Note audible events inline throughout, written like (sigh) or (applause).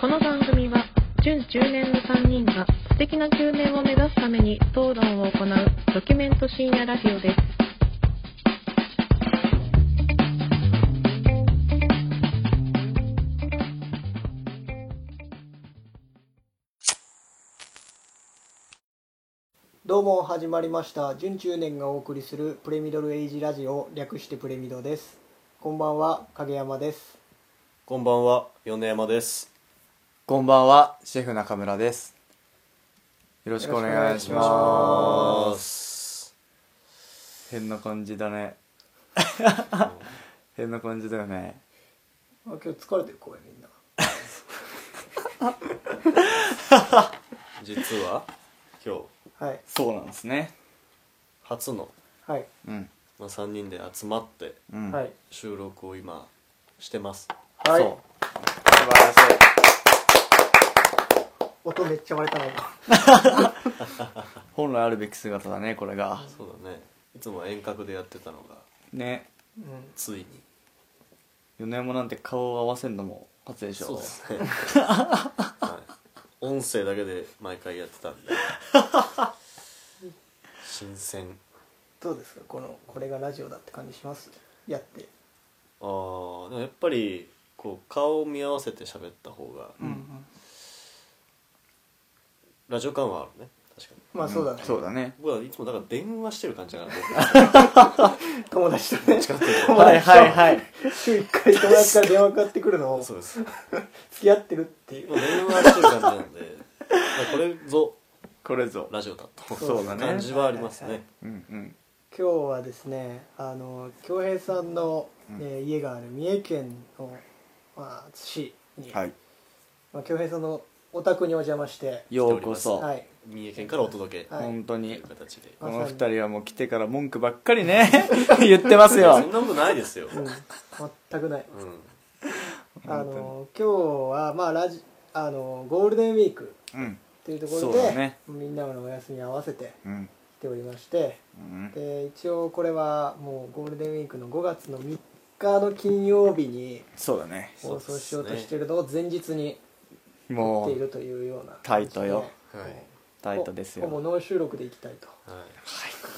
この番組は準10年の3人が素敵な9年を目指すために討論を行うドキュメント深夜ラジオです。どうも始まりました準中年がお送りするプレミドルエイジラジオ略してプレミドですこんばんは影山ですこんばんは、米山です。こんばんは、シェフ中村です。よろしくお願いしまあす。す。変な感じだ (laughs) ね。変な感じだよね。あ今日疲れてる声みんな実は、今日、はいそうなんですね。初の、はい、うん。まあ、3人で集まって、うん。はい収録を今、してます。はいそう。素晴らしい。音めっちゃ割れたな今本来あるべき姿だね、これが。そうだね。いつもは遠隔でやってたのが、ね。うついに。米山なんて顔を合わせんのも初でしょ。そうですね。 (laughs) はい、音声だけで毎回やってたんで。新鮮。んどうですかこのこれがラジオだって感じしますやってああ、でもやっぱり、こう、顔を見合わせて喋った方が、ラジオ感はあるね。確かに。まあそうだね、そうだね。僕はいつもだから電話してる感じだから僕友達とね使ってる友 (laughs) はい達とはいはい。週1回友達から電話かかってくるのをそう付です。もき合ってるっていうう電話してる感じなんで、まあこれぞこれぞ。ラジオだと。そうだね感じはありますはいはね。うんうん。今日はですねあの京平さんの、うんえー家がある三重県の、まあ、市に、はい。まあ、京平さんのお宅にお邪魔して、ようこそ。はい、三重県からお届けはい本当といにう。形で。この二人はもう来てから文句ばっかりね、 (laughs) 言ってますよそ。んなことないですよ。う。うんん、全くないはあの今日は、まあ、ラジあのゴールデンウィーク (laughs) うん。というとこそろうで、だねみんなのお休みに合わせてうん。来ておりましてうん。で一応これはもうゴールデンウィークの5月の3日の金曜日にそうだね。放送しようとしているのを前日に撮っも、ていうるというようなタイトよい。はいタイトですもうよ。ノー収録でいきたいと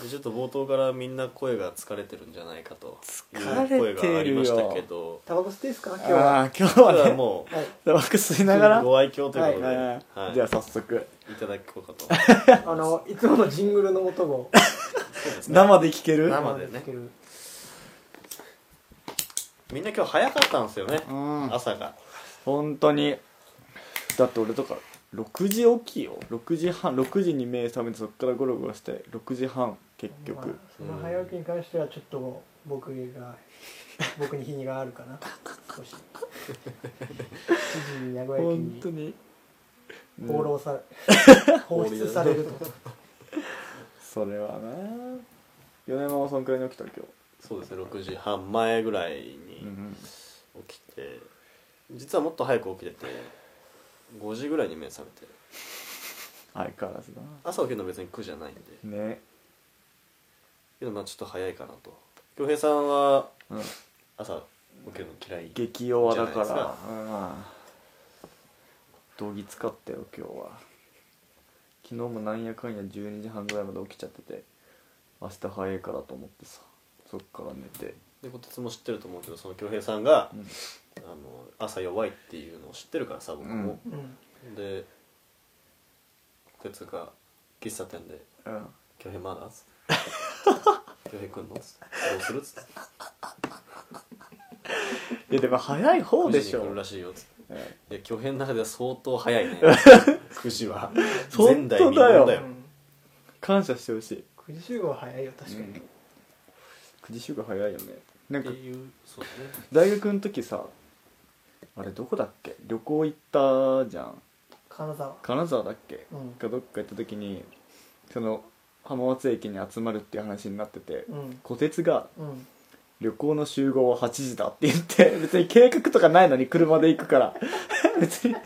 でちょっと冒頭からみんな声が疲れてるんじゃないかという疲れ声てるよがありましたけど、タバコ吸っていいですか今日はああ、今日今日ははね、もうはいタバコ吸いながら。ご愛嬌ということで、はいははいい、では早速いただこうかと。あのいつものジングルの音を生で聴ける生でね聞けるみんな今日早かったんですよね。うん朝が。本当にだって俺とか6時起きよ6時半6時に目覚めてそっからゴロゴロして6時半結まあ局その早起きに関してはちょっと僕が僕に日にがあるかな少し7時に名古屋駅本に当に放浪され、放出され (laughs) るとそれはな米山はそんくらいに起きた今日そうですね6時半前ぐらいに起きて、実はもっと早く起きてて5時ぐらいに目覚めて相変わらずだ朝起きるの別に苦じゃないんでなねけどまあちょっと早いかなと恭平さんはうん朝起きるの嫌い激弱だかじゃないでらうんどぎつかったよ今日は昨日もなんやかんや12時半ぐらいまで起きちゃってて明日早いからと思ってさそっから寝てでこてつも知ってると思うけどその恭平さんが、うんあの朝弱いっていうのを知ってるからさ僕も、うんでこてつが喫茶店でうん「恭平まだ?」っ (laughs) つって「恭平くんの?」っつって「どうする?」っつっていやでも早「い方でし9時に来ょるらしいよ」っつって。えいや巨編の中では相当早い (laughs) ね9時は前本代未当聞だよだうよん、え感謝してほしい9時集合は早いよ確かに、うん9時集合早いよねなんってかいうそうね大学の時さあれどこだっけ旅行行ったじゃん金沢金沢だっけうんかどっか行った時にその浜松駅に集まるっていう話になっててうん虎鉄がうん旅行の集合は8時だって言って (laughs) 別に計画とかないのに車で行くから (laughs) 別にノ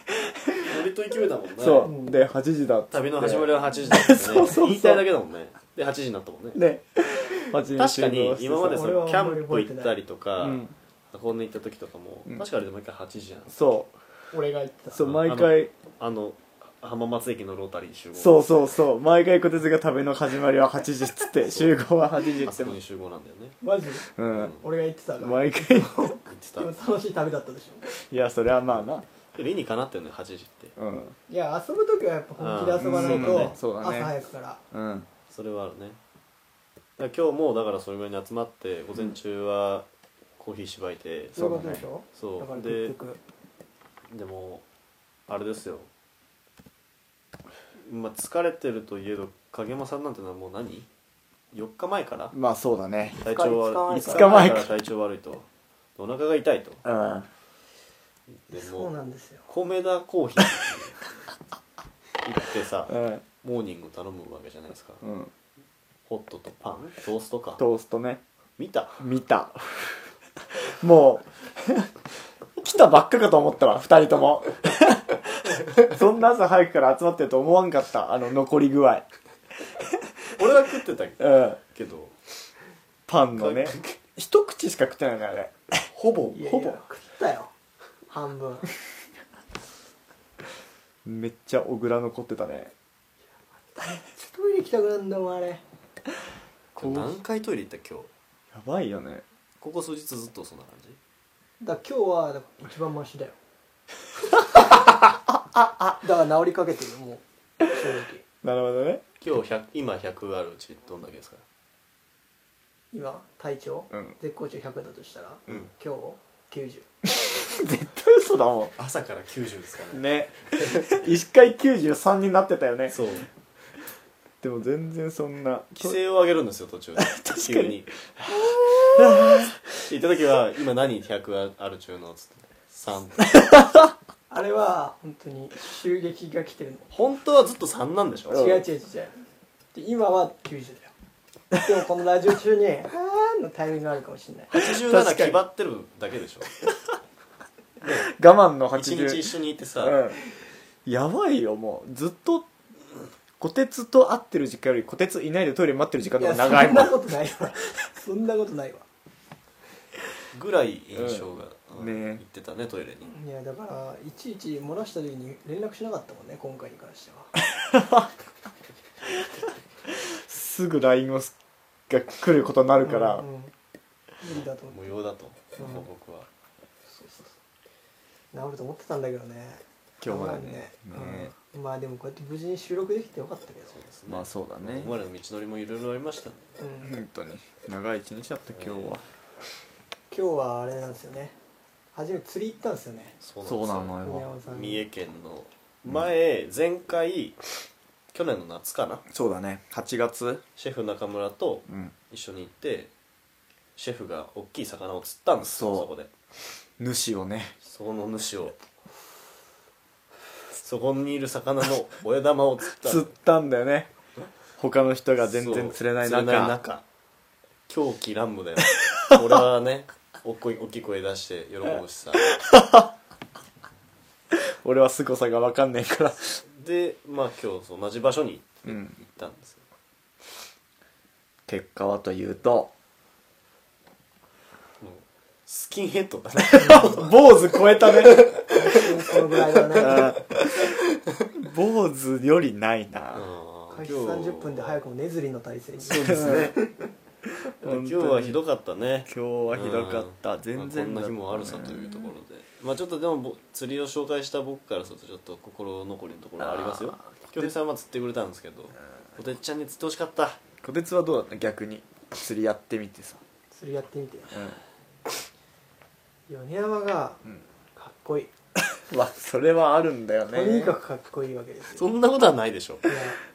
リと勢いだもんねそううんで8時だっつって旅の始まりは8時だもんねそうそうそう言いたいだけだもんねで8時になったもんねね8時確か集合にしてさ今までそ俺はあのキんまりャンプ行ったりとかうん箱根行った時とかもうん確かあれでもう一回8時じゃんそう俺が言ったそうあ毎回あの浜松駅のロータリー集合そうそうそう毎回こてつが旅の始まりは8時っつ (laughs) って集合は8時っあつそっこてに集合なんだよねマジうん俺が言ってたから毎回言 (laughs) ってたでも楽しい旅だったでしょいやそれはまあなで理にかなってんのよ8時ってうんいや遊ぶ時はやっぱ本気で遊ばないうんとそうだねそうだね朝早くからうんそれはあるねだから今日もだからそれぐらいに集まって午前中はコーヒーしばいて、そそううだいうこねとでしょそうだからで結局でもあれですよまあ疲れてるといえど影山さんなんてのはもう何 ?4 日前からまあそうだね体調悪い5 5日日前前かからら体調悪いとお腹が痛いとうんでそうもなうんですよ米田コーヒー行ってさうんモーニング頼むわけじゃないですかうんホットとパントーストかトーストね見た見たもう来たばっかかと思ったわ2人ともそんな朝早くから集まってると思わんかったあの残り具合俺は食ってたうんけどパンのね一口しか食ってないねあれほぼいやいやほぼ食ったよ半分めっちゃ小倉残ってたねトイレ行きたくなるんだもんあれコーヒー何回トイレ行った今日やばいよねここ数日ずっとそんな感じだから今日はだから一番マシだよだから治りかけてるよもう正直なるほどね今日100今100あるうちどんだけですか今体調、うん絶好調100だとしたら、うん今日90絶対嘘だも朝から90ですか (laughs) んね一回93になってたよねそうでも全然そんな規制を上げるんですよ途中で確か急にに行った時は今何100ある中のっつって3あれは本当に襲撃が来てる本当はずっと3なんでしょの違う違う違う違うで今は90だよでもこのラジオ中に「 (laughs) あー」のタイミングがあるかもしれない87気張ってるだけでしょ我慢の一日一80緒にいてさ、うんやばいよもうずっとこてつと会ってる時間よりこてついないでトイレ待ってる時間いのや方が長いそんもなんことないわそんなことないわぐらい印象が、うんうんね行ってたねトイレにいやだからいちいち漏らした時に連絡しなかったもんね今回に関してはすぐ LINE をすが来ることになるから、うんうん無理だと思う無用だと、うんもう僕はそうそうそう治ると思ってたんだけどね今日まはでねねうん、まあでもこうやって無事に収録できてよかったけどそうですねまあそうだねここまでの道のりもいろいろありましたねうん本当に長い一日だった今日は、今日はあれなんですよね初め釣り行ったんですよねそそうなよの米よ山さん三重県の前、前回去年の夏かなそうだね8月シェフ中村とうん一緒に行ってシェフが大きい魚を釣ったんですよそそうこで主をねそこの主をそこにいる魚の親玉を釣った釣ったんだよね他の人が全然釣れないそう中釣れない中狂気乱舞だよ俺はねおっこい大きい声出して喜ぶしさ俺は凄さが分かんねえからでまあ今日そう同じ場所にうん行ったんですよ結果はというと (laughs) もうスキンヘッドだね坊主超えたねそのぐらいだね坊主よりないな、開開始30分で早くもねずりの体勢にそうですね本当今に日はひどかったね今日はひどかった、うん全然まあだこんなったね日もあるさというところで、まあちょっとでもぼ釣りを紹介した僕からするとちょっと心残りのところはありますよ京平さんは釣ってくれたんですけどおてっちゃんに釣ってほしかったこてつはどうだった逆に釣りやってみてさ、釣りやってみてう米山がかっこいい、ん、まあそれはあるんだよねとにかくかっこいいわけですよそんなことはないでしょいや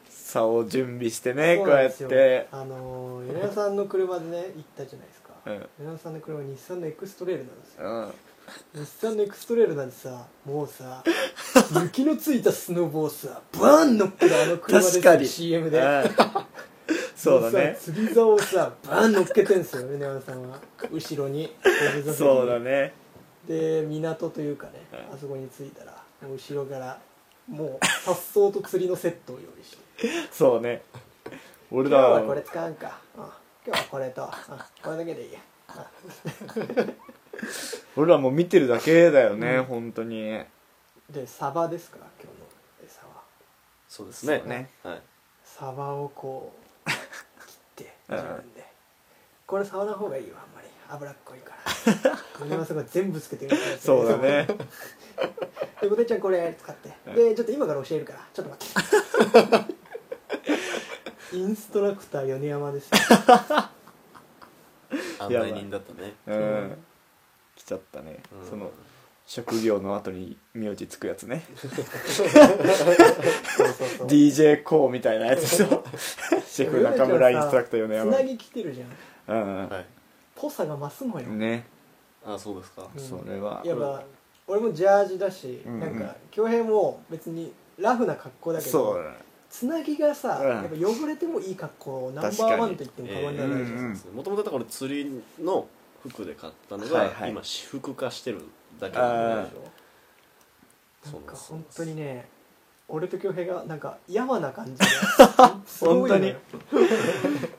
竿を準備してねこそううなんやでっすよてあのー米山さんの車でね行ったじゃないですか、うん米山さんの車は日産のエクストレールなんですようん日産のエクストレールなんてさもうさ雪のついたスノボをさバーン乗っけるあの車です確よかに CM でうんそうだねさ釣り竿をさバーン乗っけてんすよ米山さんは後ろに後部座席にそうだねで港というかね、はいあそこに着いたらもう後ろからもう颯爽と釣りのセットを用意してそうね俺今日らははこれ使わんか、うん今日はこれと、うんこれだけでいいや、俺らもう見てるだけだよね、本当にでサバですか今日の餌はそうですねそうねはい、サバをこう切ってうん自分でこれ触らん方がいいわあんまり脂っこいから胸はすごい全部つけてるからそうだねでごてっちゃんこれ使ってでちょっと今から教えるからちょっと待 (laughs) ってインストラクター米山です案内人だったねうん来ちゃったね、うんその職業の後に名字つくやつねそうそうそう d j コーみたいなやつとシェフ中村インストラクター米つ山なぎきてるじゃんうんうん、はいぽさが増すのよ、ねあそうですかうんそれはやっぱ俺もジャージだし、うんなんか恭平も別にラフな格好だけそどうつなぎがさ、うんやっぱ汚れてもいい格好をナンバ確かーにワンと言っても過言ではないじゃん、えうんもともとだから釣りの服で買ったのが、はいはい今私服化してるだけあなーんでなそんうかです本当にね俺と恭平がなんかやわな感 (laughs) じがすご本い当のによ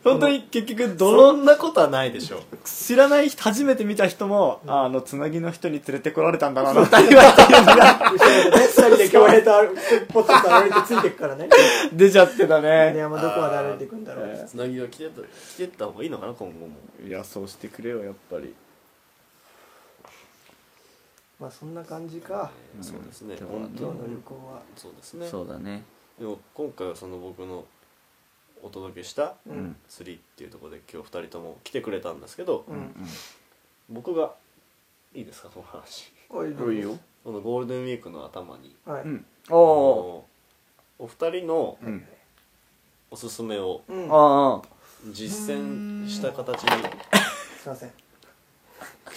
本当に結局そ泥んなことはないでしょ知らない人初めて見た人も、うんああのつなぎの人に連れてこられたんだなあの二人はっていうの後がろでね二人で恭平と歩ポツッと歩いてついてく (laughs) からね出ちゃってた (laughs) 米ね山どこまで歩いていくんだろう、えつなぎが着てた着てった方がいいのかな今後もいやそうしてくれよやっぱりまあそんな感じかうんそうですね今日はね本当今日のに旅行はそうですねうだねでも今回はその僕のお届けしたううんん、釣りっていうところで今日二人とも来てくれたんですけど、うん僕がいいですかこの (laughs) 話おいうんいいよこのゴールデンウィークの頭にはい、うんあおのお二人のーうんおすすめをうん、あ実践した形にすいません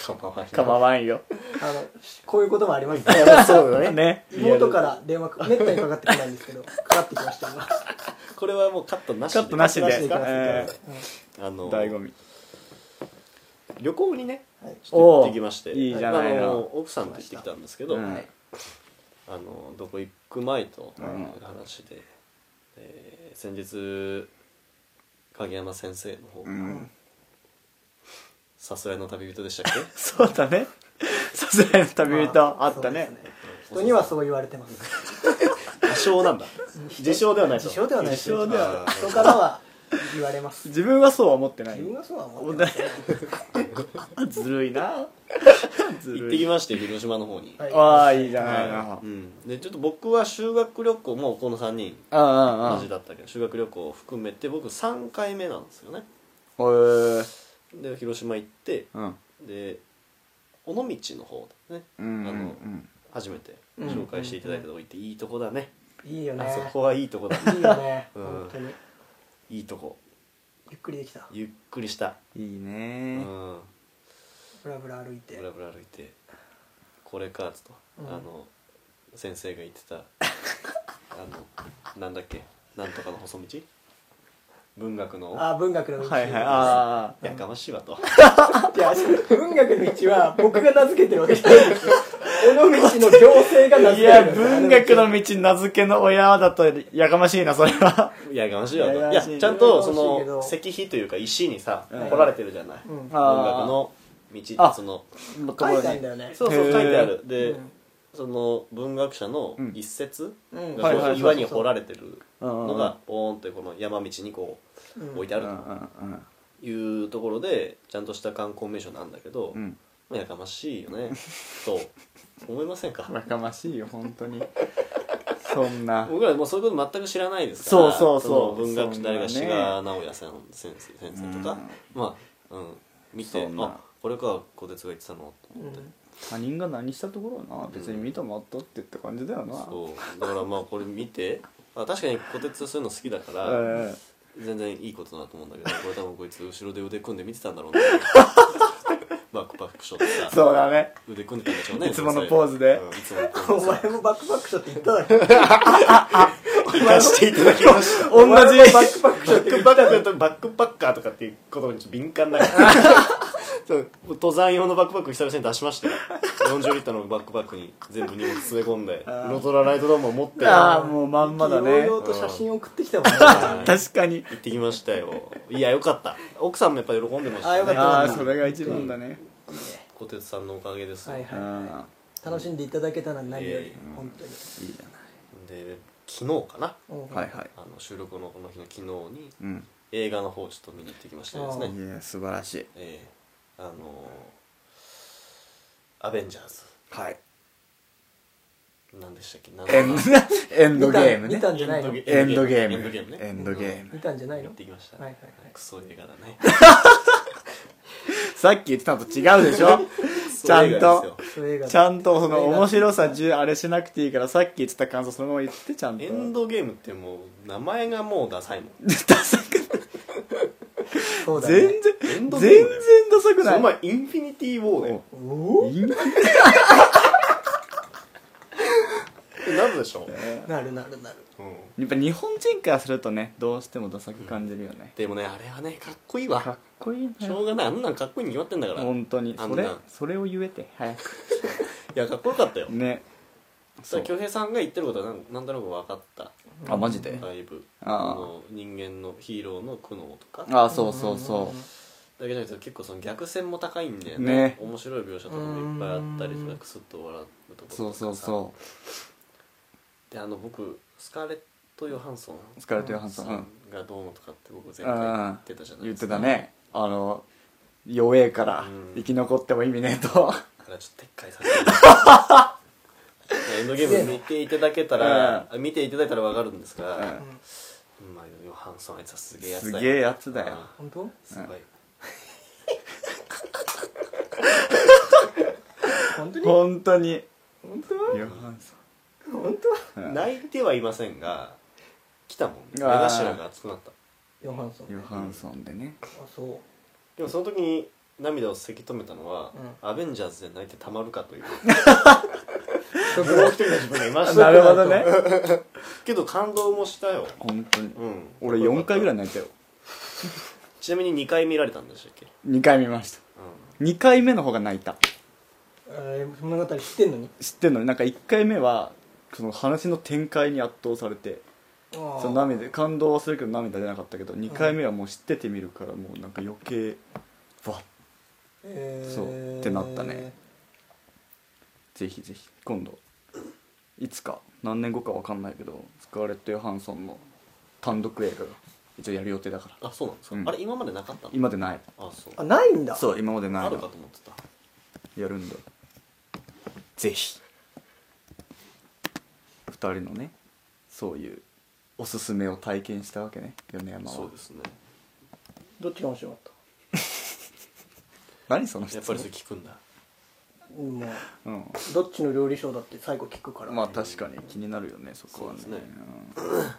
構わないあ構わんよあのしこういうこともあります (laughs) そうだね妹から電話かめったにかかってこないんですけど (laughs) かかってきました今 (laughs) これはもうカットなしカットなし出でしていかせてくださいあの醍醐味旅行にねうんはいちょっと行ってきましておーいいじゃないのあの奥さんと行ってきたんですけど、うんあのどこ行く前とうん話で、えー先日影山先生の方、うんさすらいの旅人でしたっけそうだね (laughs) さすがに旅人あったまねそうです人にはそう言われてます多少なんだ自称ではないと自称ではない自称ではあー人からは言われます自分はそうは思ってない自分がそうは思おってだない (laughs) ずるいなず行っるてきいまして広島の方に、はいああいいじゃないな、はいうん、でちょっと僕は修学旅行もうこの3人あああ同じだったけど修学旅行を含めて僕3回目なんですよねへえで広島行ってうんで尾道の方だねうんあうのん初めて紹介していただいたとこ行っていいとこだね、いいよねあそこはいいとこだいい (laughs) よねうん本当にいいとこゆっくりできたゆっくりしたいいうねんぶらぶら歩いてぶらぶら歩いてこれかっつと、うんあの先生が言って (laughs) たあのなんだっけなんとかの細道文学のああ文学の道はいはいあやかましいわ (laughs) といや文学の道は僕が名付けてるわけじゃないんですよ尾道の行政があ名付けいてやる文学の道名付けの親だとやかましいなそれはやかましいわとやいかまやしいちゃんとそやかましいけどの石碑というか石にさうん彫られてるじゃない、うん文学の道ってあその書いてあるんだよねそうそう書いてあるうで、んその文学者のうん一節うんがはいこはうい岩に彫られてるののがボーンってこの山道にこううん置いてあるというところでちゃんとした観光名所なんだけど、うんまあやかましいよ (laughs) ねと思いませんかやかましいよ本当にそんな僕らもうそういうこと全く知らないですからそうそうそうの文学者そんなね誰が志賀直哉さん先生先生とか、まあ、うん、見てそんなあこれか小鉄が言ってたのと思って、他人が何したところはな別に見たもあったってって感じだよなそうだからまあこれ見てあ確かに小鉄はそういうの好きだから、え全然いいことだと思うんだけどこれ多分こいつ後ろで腕組んで見てたんだろうなバックパックショットえさそうだね腕組んでたんでしょうねいつものポーズでうんいつものポおーズ前でもバックパックショット言っただろ行かしていただきましたお同じ前もバックパックショット言っバックパックとバックパッカーとかっていう言葉にちょっと敏感だからそう登山用のバックパック久々に出しましたよ40リットルのバックパックに全部荷物詰め込んでロトラライトドームを持ってああ行もうまんまだ意気揚ね々と写真送ってきたもんね確かにってきましたよいやよかった奥さんもやっぱ喜んでましたあよかったああそれが一番だね小鉄さんのおかげですよ、はいはいうん楽しんでいただけたら何よいやいりや本当にいいじゃないで昨日かなうんはいはいあの収録のこの日の昨日にうん映画の方をちょっと見に行ってきましてですあねーいや素晴らしいええあのアベンジャーズはいなんでしたっけなんエンエンドゲームね見た見たんじゃないのエンドゲームエンドゲームねエンドゲーム見たんじゃない行のってきましたはいはいクソ映画だねさっき言ってたのと違うでしょちゃんとそういう映画ちゃんとその面白さじゅあれしなくていいからさっき言ってた感想そのまま言ってちゃんとエンドゲームってもう名前がもうダサいもんダサくそうだ全ね然エンド全ゲームだ然よダサくそなのい前インフィニティウォーだよおおいいねなるでしょ、おなるなるなるうん、やっぱ日本人からするとねどうしてもダサく感じるよねでもねあれはねかっこいいかっわこいいねしょうがないあんなんかっこいいに決まってんだからい本当にあんそなれそれを言えて早くやかっこよかったよねそ恭平さんが言ってることはなんなんとなく分かったあマジでだいぶあああの人間のヒーローの苦悩とかだああそうそうそけじゃなくて結構その逆線も高いんだよねね面白い描写とかもいっぱいあったりとかクスッと笑うとこうろそうそうそうであの僕スカーレット・ヨハンソンスカーレット・ヨハンソさン、んがどうのとかって僕前回言ってたじゃう、なんいで言っすてかたねあの弱えからうん生き残っても意味ねえと (laughs) だからちょっと撤回させていただき (laughs) ます。エンドゲーム見ていただけたら、見ていただいたらわかるんですが、うんまあヨハンソンあいつはすげえやつすだよ。げえやつだよ本当すごい。本当に本当に本当ヨハンソ本うん泣いてはいませんが、来たもん。目あー頭が熱くなった。当ヨハンソンンヨハンソンでねあそうでもその時に涙をせき止めたのは、うアベンジャーズで泣いてたまるかという。そもう一人の自分がいましなたるほどねけど感動もしたよ。本当にうん。俺4回ぐらい。い泣いたよちなみに2回見られたんでしたっけ2回見ましたう2回目の方が泣いたえー物語知ってんのに知ってんのになんか1回目はその話の展開に圧倒されてそその涙感動はするけど涙出なかったけど2回目はもう知っててみるからもうなんか余計わっそうってなったねぜひぜひ今度いつか何年後かわかんないけどスカーレット・ヨハンソンの単独映画が一応やる予定だからん。あ、そうなんですか、うんあれ今までなかったの今でないあ、そう。あないんだそう今までなあいるかのと思ってたやるんだぜひ2人のねそういうおすすめを体験したわけね米山はそうですねどっちが面白かっ何その質や問っぱりそれ聞くんだたうんもううんどっちの料理賞だって最後聞くからまあ確かに気になるよねそこはねそうですね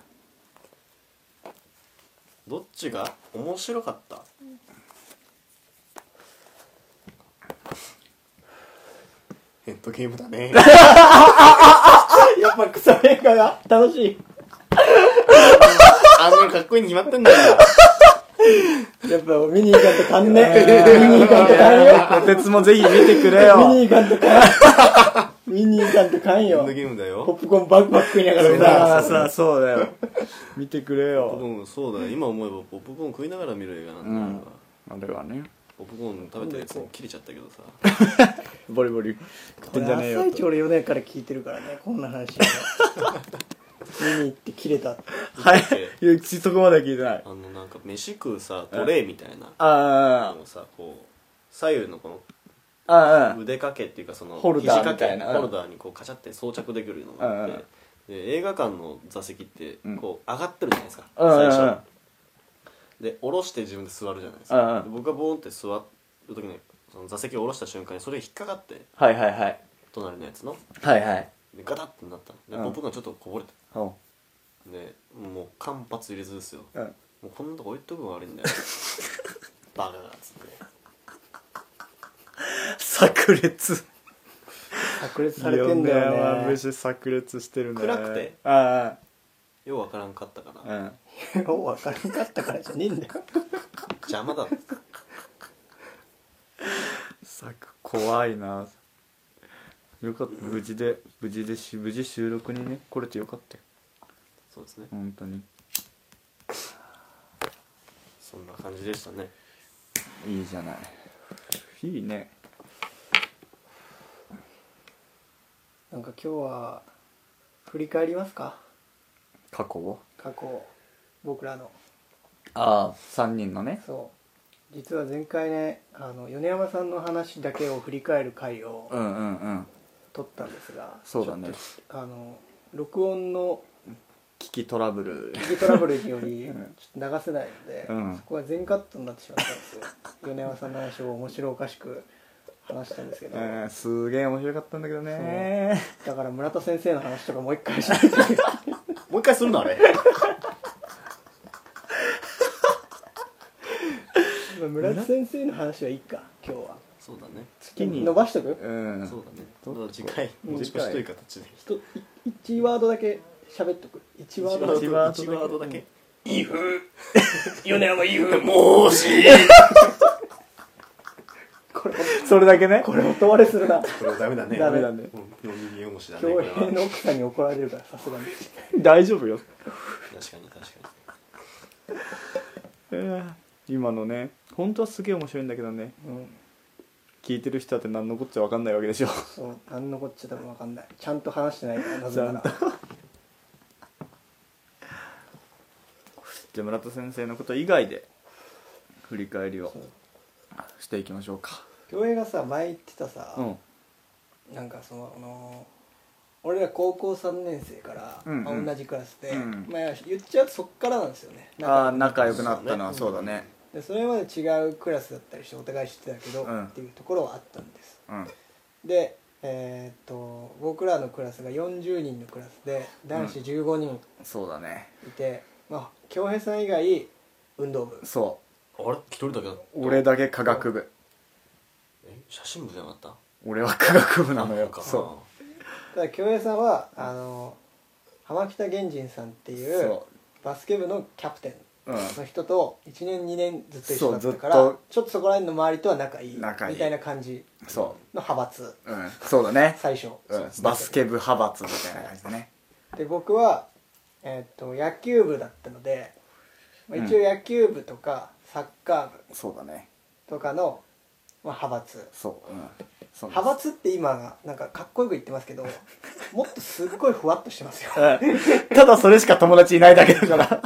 どっちが面白かったエンドゲームだ (laughs) ねやっぱ草映画が楽しいあんなのかっこいいに決まってんだよやっぱ見に行かんと足んね見に行かんと足んようんてつもぜひ見てくれ見よに行かんとかん見に行かんとかんエン (laughs) よドゲームだポッよプコーンバクバク食いながそうだらさそうそうだよ見てくれポップコよーンそうだよ今思えばポップコーン食いながら見る映画なんだうよ、んあれはあれはねポップコーン食べたやつも切れちゃったけどさボリボリ食ってんじゃね俺えよ朝一と俺米から聞いてるからねこんな (laughs) 話見に行って切れたってはいいやそこまでは聞いてないあのなんか飯食うさトレイみたいなあのをさこう左右のこのああ (laughs) あ腕掛けっていうかそのホルダー肘掛けみたいなうんホルダーにこうカチャって装着できるのがあっうんて、で映画館の座席ってうんこう上がってるじゃないですか、うんうんうん最初で下ろして自分で座るじゃないですうんうか、んで僕がボーンって座る時にその座席を下ろした瞬間にそれが引っかかってはいはいはい隣のやつのはいはいでガタッてなったのうんで僕がちょっとこぼれておうでもう間髪入れずですようんもうこんなとこ置いとくの悪い (laughs) んだよバカだっつって炸裂炸裂されてんだ米山よね節炸裂してるね暗くてあようわからんかったから、あうんよう分からんかったからじゃねえんだよ邪魔だっつって作怖いなよかった無事で無事でし無事収録にね来れてよかったよそうですね本当にそんな感じでしたねいいじゃないいいねなんか今日は振り返りますか過去を過去僕らのああ3人のねそう実は前回ねあの米山さんの話だけを振り返る回をうんうんうん撮ったんですがそうだねちょっとあの録音の危機トラブ (laughs) ル機器トラブルにより (laughs) うんちょっと流せないので、うんそこは全カットになってしまったんですよ米山さんの話を面白おかしく話したんですけど、うんすげえ面白かったんだけどねだから村田先生の話とかもう一回して (laughs) もう一回するのあれ村田先生の話はいいか今日はそうだね月に伸ばしとくうんそうだねまだ次回持ち越しという形でひと1ワードだけ喋っとく1ワードだけ一ワードだけいい風米山いい風もし (laughs) これそれだけねこれ音割れするなこれはダメだねダメだねうんお耳汚しだね恭これは平の奥さんに怒られるからさすがに大丈夫よ確かに確か今のね本当はすげえ面白いんだけどねうん聞いてる人だって何のこっちゃ分かんないわけでしょそう何のこっちゃ多分分かんないちゃんと話してないからなぜならちじゃあ村田先生のこと以外で振り返り (laughs) をそうしていきましょうか恭平がさ前言ってたさ、うんなんかそのあの俺ら高校3年生から、うんうんまあ同じクラスで、うんまあ言っちゃうとそっからなんですよねああなんか仲良くなったのはそうだねでそれまで違うクラスだったりしてお互い知ってたけど、うんっていうところはあったんですうんでえーっと僕らのクラスが40人のクラスで男子15人そうだねいて、まあ恭平さん以外運動部そにあれ一人だけだったう俺だけ科学部え写真部じゃなかった俺は科学部なのよかそただ恭平さんはあの浜北源人さんってういうそバスケ部のキャプテンううんの人と1年2年ずっと一緒だったかそうらずっとちょっとそこら辺の周りとは仲いい仲いいみたいな感じその派閥ううんそうだね最初、うんバスケ部派閥みたいな感じだねで僕は、えー、と野球部だったので、まあ、うん一応野球部とかサッカー部そうだねとかの、まあ、派閥そううんそう派閥って今なんかかっこよく言ってますけ (laughs) どもっとすっごいふわっとしてますようんただそれしか友達いないだけだから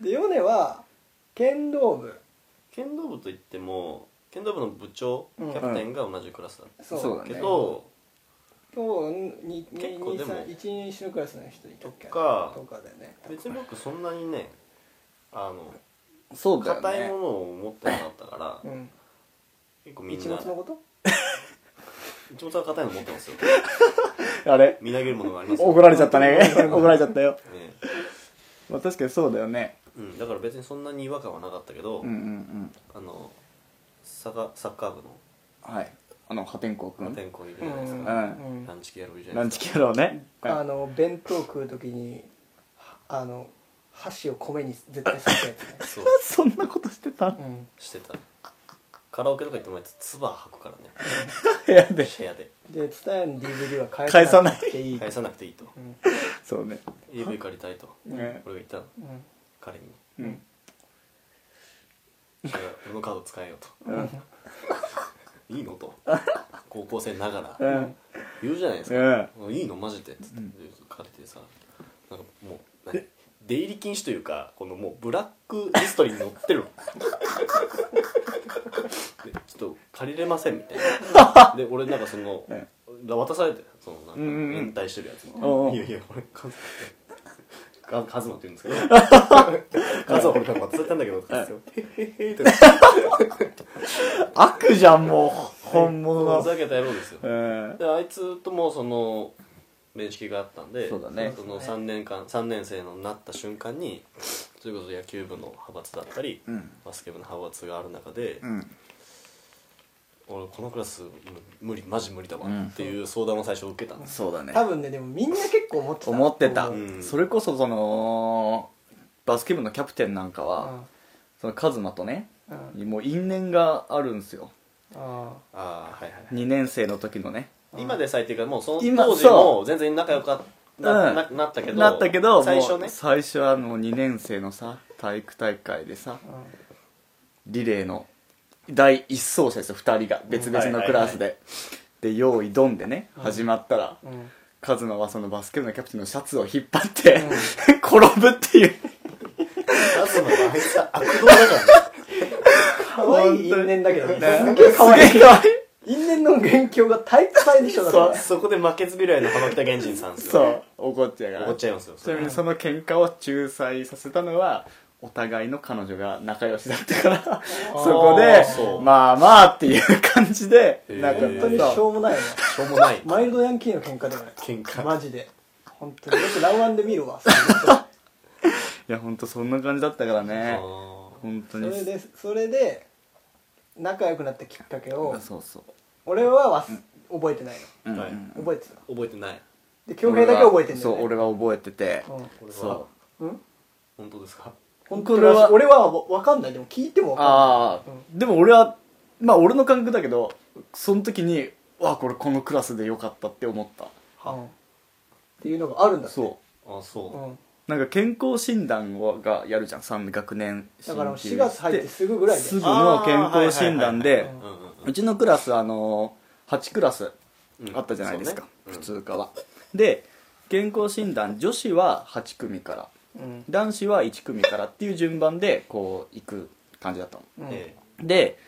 でヨネは剣道部剣道部といっても剣道部の部長キうんャプテンが同じクラスだったそうそうだねけど今日に結構でも1年一のクラスの人いたっけとかとかだよね別に僕そんなにねあの (laughs) そうだよ硬いねものを持ってなかったかうらん結構みん一な物のこと一物は硬いの持って (laughs) ますよあれみなげるものがありますよ怒られちゃった (laughs) ねうん怒られちゃったよ、ねまあ、確かにそうだよねうんだから別にそんなに違和感はなかったけどうんうんうんあのサッカサッカー部のはいあの破天荒くん天候いるじゃないですんかうんランチ系やろうじゃなラいンでチすかキャラをねあの弁当食う時にあの箸を米に絶対刺すや (laughs) つねそうそんなことしてたうんしてたカラオケとか行ってもあいつ唾吐くからね部屋で部屋でで伝えの DVD は返返さなくていい返さなくていいとうんそうね AV 借りたいとね俺が言ったのうん彼にうんいや俺のカード使えよとうんいいのと高校生ながうらん言うじゃないですうか「んいいのマジで」っつって借りてさなんかもう何出入り禁止というかこのもうブラックリストに載って (laughs) るのでちょっと借りれませんみたいな (laughs) で俺なんかそのうん渡されてそのなんかうんうんうん延滞してるやつにおうおういやいやこれカズマカズマって言うんですけ (laughs) どカズマ俺から渡されたんだけど」って言うんです (laughs) よへへへ」って悪じゃんもう本物ふがざけた野郎ですようんであいつともその面識があったんでそうだねその3年間3年生のなった瞬間にそれこそ野球部の派閥だったり、うんバスケ部の派閥がある中で、うん俺このクラスむ無理マジ無理だわうんっていう相談を最初受けたんです、そうだね多分ねでもみんな結構思ってた思ってた、うんんそれこそそのバスケ部のキャプテンなんかは、そのカズマとねうんもう因縁があるんですよあああはいはいはい2年生の時のね今で最低かもうその今当時そも全然仲良かったうな,んな、なったけどなったけど最初もねう最初はもう2年生のさ体育大会であさうんリレーの第一走者ですよ2人が別々のクラスで、で用意ドンでね、うん始まったらうんカズマはそのバスケ部のキャプテンのシャツを引っ張って、 (laughs) 転ぶっていうカズマはあいつは悪党だからね可愛い因縁だけどねすすげげええ可可愛愛いい因縁の元凶が体育祭でしょだからねそこで負けず嫌いの浜北源人さんですそよ、ねう、怒っちゃうから怒っちゃいますよちなみにその喧嘩を仲裁させたのはお互いの彼女が仲良しだったからそこでそうまあまあっていう感じでへーなんか本当にしそうょうもないねしょうもないマイルドヤンキーの喧嘩でもない喧嘩マジで本当によくラウアンで見るわいや本当そんな感じだったからねあ本当そにれでそれで仲良くなったきっかけをそうそう俺はわす覚えてないうんうんはいの覚えてたー覚えてないで恭平だけ覚えてんだよ、そうね、俺は覚えててこれはそうん本当ですか本当だこれは俺は分かんないでも聞いてもう分かああでも俺はまあ俺の感覚だけどその時にわあこれこのクラスでよかったって思っんない、うんっていうのがあるんだたってそうあそう、うん、なんか健康診断をがやるじゃん3学年だから4月入ってすぐぐらいですぐの健康診断あーはいではいはいはいうんうちのクラスあのー8クラスうんあったじゃないですか、そうね普通科は、で健康診断女子は8組からうん男子は1組からっていう順番でこう行く感じだったのうんえで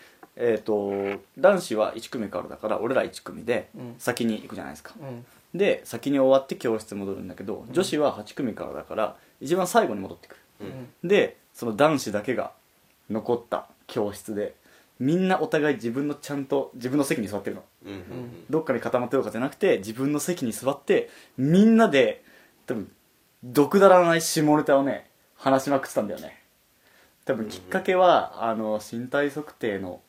えっ、と男子は1組からだから俺ら1組でうん先に行くじゃないですか、うんで先に終わって教室戻るんだけど女子は8組からだから一番最後に戻ってくるえうんでその男子だけが残った教室でみんなお互い自分のちゃんと自分の席に座ってるのうんうんうんどっかに固まってるとかじゃなくて自分の席に座ってみんなで多分毒だらない下ネタをね話しまくってたんだよね多分きっかけは、あの身体測定の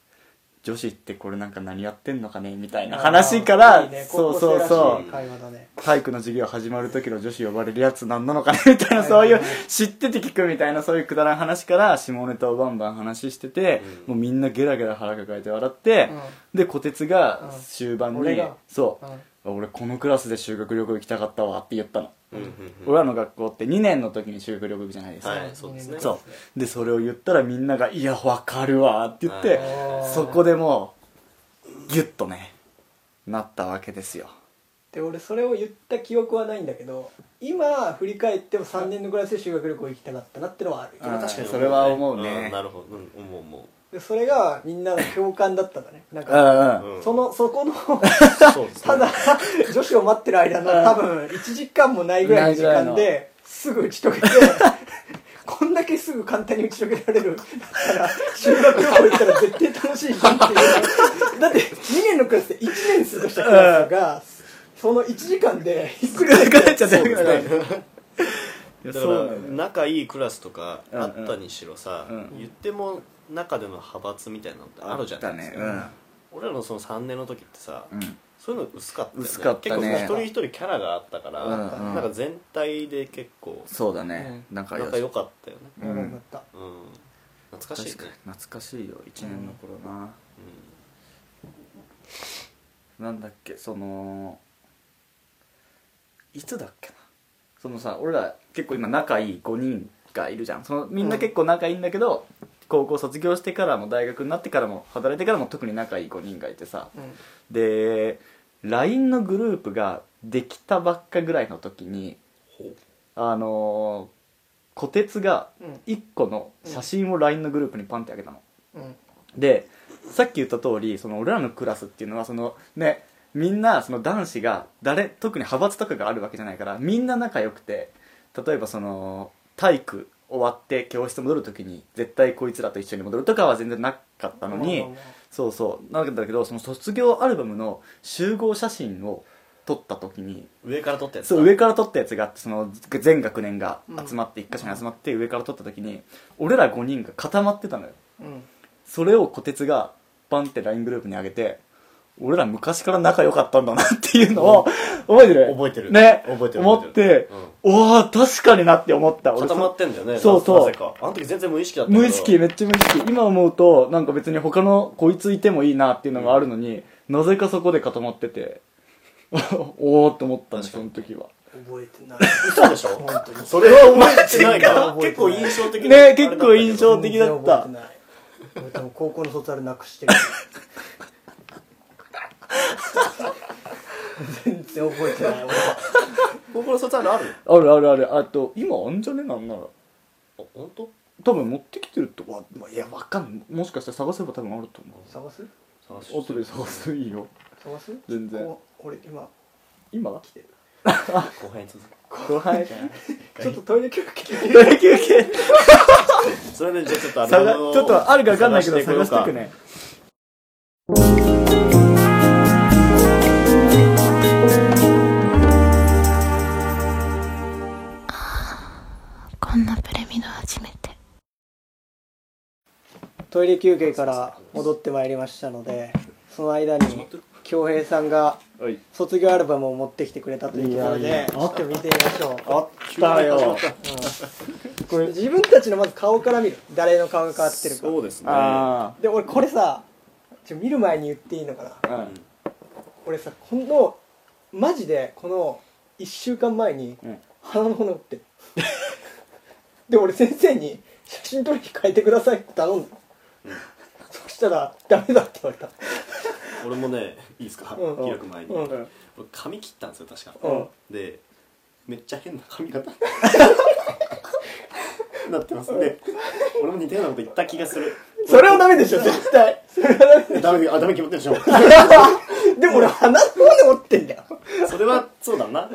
女子ってこれなんか何やってんのかねみたいな話からいいねそ高校生うそうらしいそう会話だね体育の授業始まる時の女子呼ばれるやつ何なのかねみたいなそういう知ってて聞くみたいなそういうくだらん話から下ネタをバンバン話してて、うんもうみんなゲラゲラ腹抱えて笑って、で虎鉄がうん終盤に、俺がそうう、ん俺このクラスで修学旅行行きたかったわって言ったの、うんうんうん俺らの学校って2年の時に修学旅行行くじゃないですか、はいそうですねそうでそれを言ったらみんなが「いやわかるわ」って言ってあーそこでもうギュッとねなったわけですよで俺それを言った記憶はないんだけど今振り返っても3年のクラスで修学旅行行きたかったなってのはあるうん確かにそれは思うねんなるほどうん思う思でそれがみんなの共感だったんだねなんうんうかんううんそのそこ (laughs) のそうですねた (laughs) (laughs) だ女子を待ってる間の多分1時間もないぐらいの時間ないぐらですぐ打ち解けて (laughs) こんだけすぐ簡単に打ち解けられるだったら修学旅行行ったら絶対楽しいじゃんって (laughs) いうだって2年のクラスで1年過ごしたクラスがその1時間でひっくり返っ疲れちゃってそうるですからねねいだやかそうならんだよ仲いいクラスとかあったにしろさ、うんうん言っても中での派閥みたいなのってあるじゃないですか、あっ俺らのその3年の時ってさ、たねうんそういうの薄かったよね薄かったね結構一人一人キャラがあったから、うんうんなんか全体で結構そうだねう仲良し仲良かったよてね、なったうん、懐かしい確ねかに、懐かしいよ1年の頃ななんだっけそのいつだっけなそのさ俺ら結構今仲いい5人がいるじゃんそのみんな結構仲いいんだけど、高校卒業してからも大学になってからも働いてからも特に仲いい5人がいてさうんで LINE のグループができたばっかぐらいの時にほあのー、虎鉄がうん1個の写真を LINE のグループにパンってあげたのうんでさっき言った通りその俺らのクラスっていうのはそのねみんなその男子が誰特に派閥とかがあるわけじゃないからみんな仲良くて例えばその体育終わって教室戻る時に絶対こいつらと一緒に戻るとかは全然なかったのに、まあまあまあそうそうなんだけどその卒業アルバムの集合写真を撮った時にう上から撮ったやつだそう上から撮ったやつがあってその全学年が集まって一箇所に集まって上から撮った時に俺ら5人が固まってたのようんそれを虎鉄がバンって LINE グループに上げて俺ら昔から仲良かったんだなっていうのを、覚えてる覚えてるね覚えてる思って覚えてるおお確かになって思った俺固まってんだよねそうそうなぜかあの時全然無意識だったけど無意識めっちゃ無意識今思うとなんか別に他のこいついてもいいなっていうのがあるのに、なぜかそこで固まってて (laughs) おおと思ったね確かそにの時は覚えてない嘘でしょ本当にそれは覚えてな (laughs) いから (laughs) マジ結か構印象的なね結構印象的だった全然覚えてない俺多分高校の卒アルなくしてる全然覚えてない俺高校の卒アルあるあるあるあるあと今あんじゃねなんならあ本当多分持ってきてるとわまあいやわかんもしかしたら探せば多分あると思探す探しう後で探すいいよ探す全然こう俺今今来てる後編続く後輩ちょっとトイレ休憩どれ休憩それでじゃあちょっとア探ルバムをちょっとあるかわかんないけど探探ししててくくねこんなプレミド初めて。トイレ休憩から戻ってまいりましたのでその間に恭平さんがはい卒業アルバムを持ってきてくれたというところいやでいやちょっと見てみましょうあったよこれ自分たちのまず顔から見る誰の顔が変わってるかそうですねあで俺これさちょ見る前に言っていいのかなあうん俺さこのマジでこの1週間前にうん鼻の骨折って (laughs) るで俺先生に「写真撮りに変えてください」って頼んだ、そしたら「ダメだ」って言われた俺もねいいですかうん開く前にう俺ん髪切ったんですよ確かうんでめっちゃ変な髪型なってますね俺も似たようなこと言った気がするそれはダメでしょ絶対それはダメダメあダメ決まってるでしょでも俺鼻の骨折ってんだよそれはそうだなう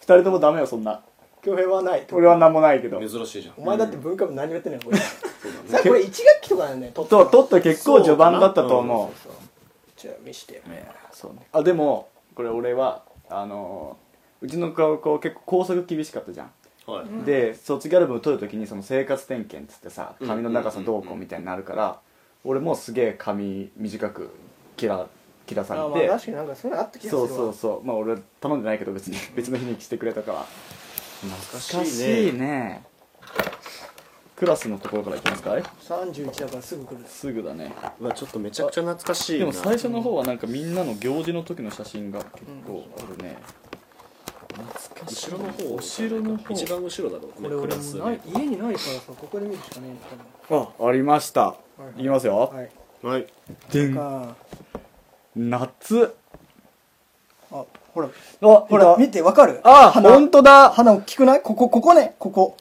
二人ともダメよそんな恭平はない俺は何もないけどん珍しいじゃんお前だって文化部何もやってないよこれそうだねさこれ1学期とかだよね撮ったとの取った結構序盤だったと思うじゃあ見してそうねあでもこれ俺はあのーうちの高校結構校則厳しかったじゃんはいで卒業アルバム取るときにその生活点検っつってさ髪の長さどうこうみたいになるから俺もすげえ髪短く切ら切らさあまあれて確かになんかそういうのあった気がするわそうそうそうまあ俺頼んでないけど別に別の日にしてくれたから懐かしいね懐ねクラスのところからいきますかい31だからすぐ来るすぐだねうわちょっとめちゃくちゃ懐かしいでなも最初の方はなんかみんなの行事の時の写真が結構あるね、懐かしい後ろの方お城の方一番後ろだろうこねれク俺ラもスないね家にないからさここで見るしかねえんだあありました、いはいいきますよ、多分はいはいでんあ夏あほらあほほらら見てわかるあ鼻本当だ鼻大きくないここここねここ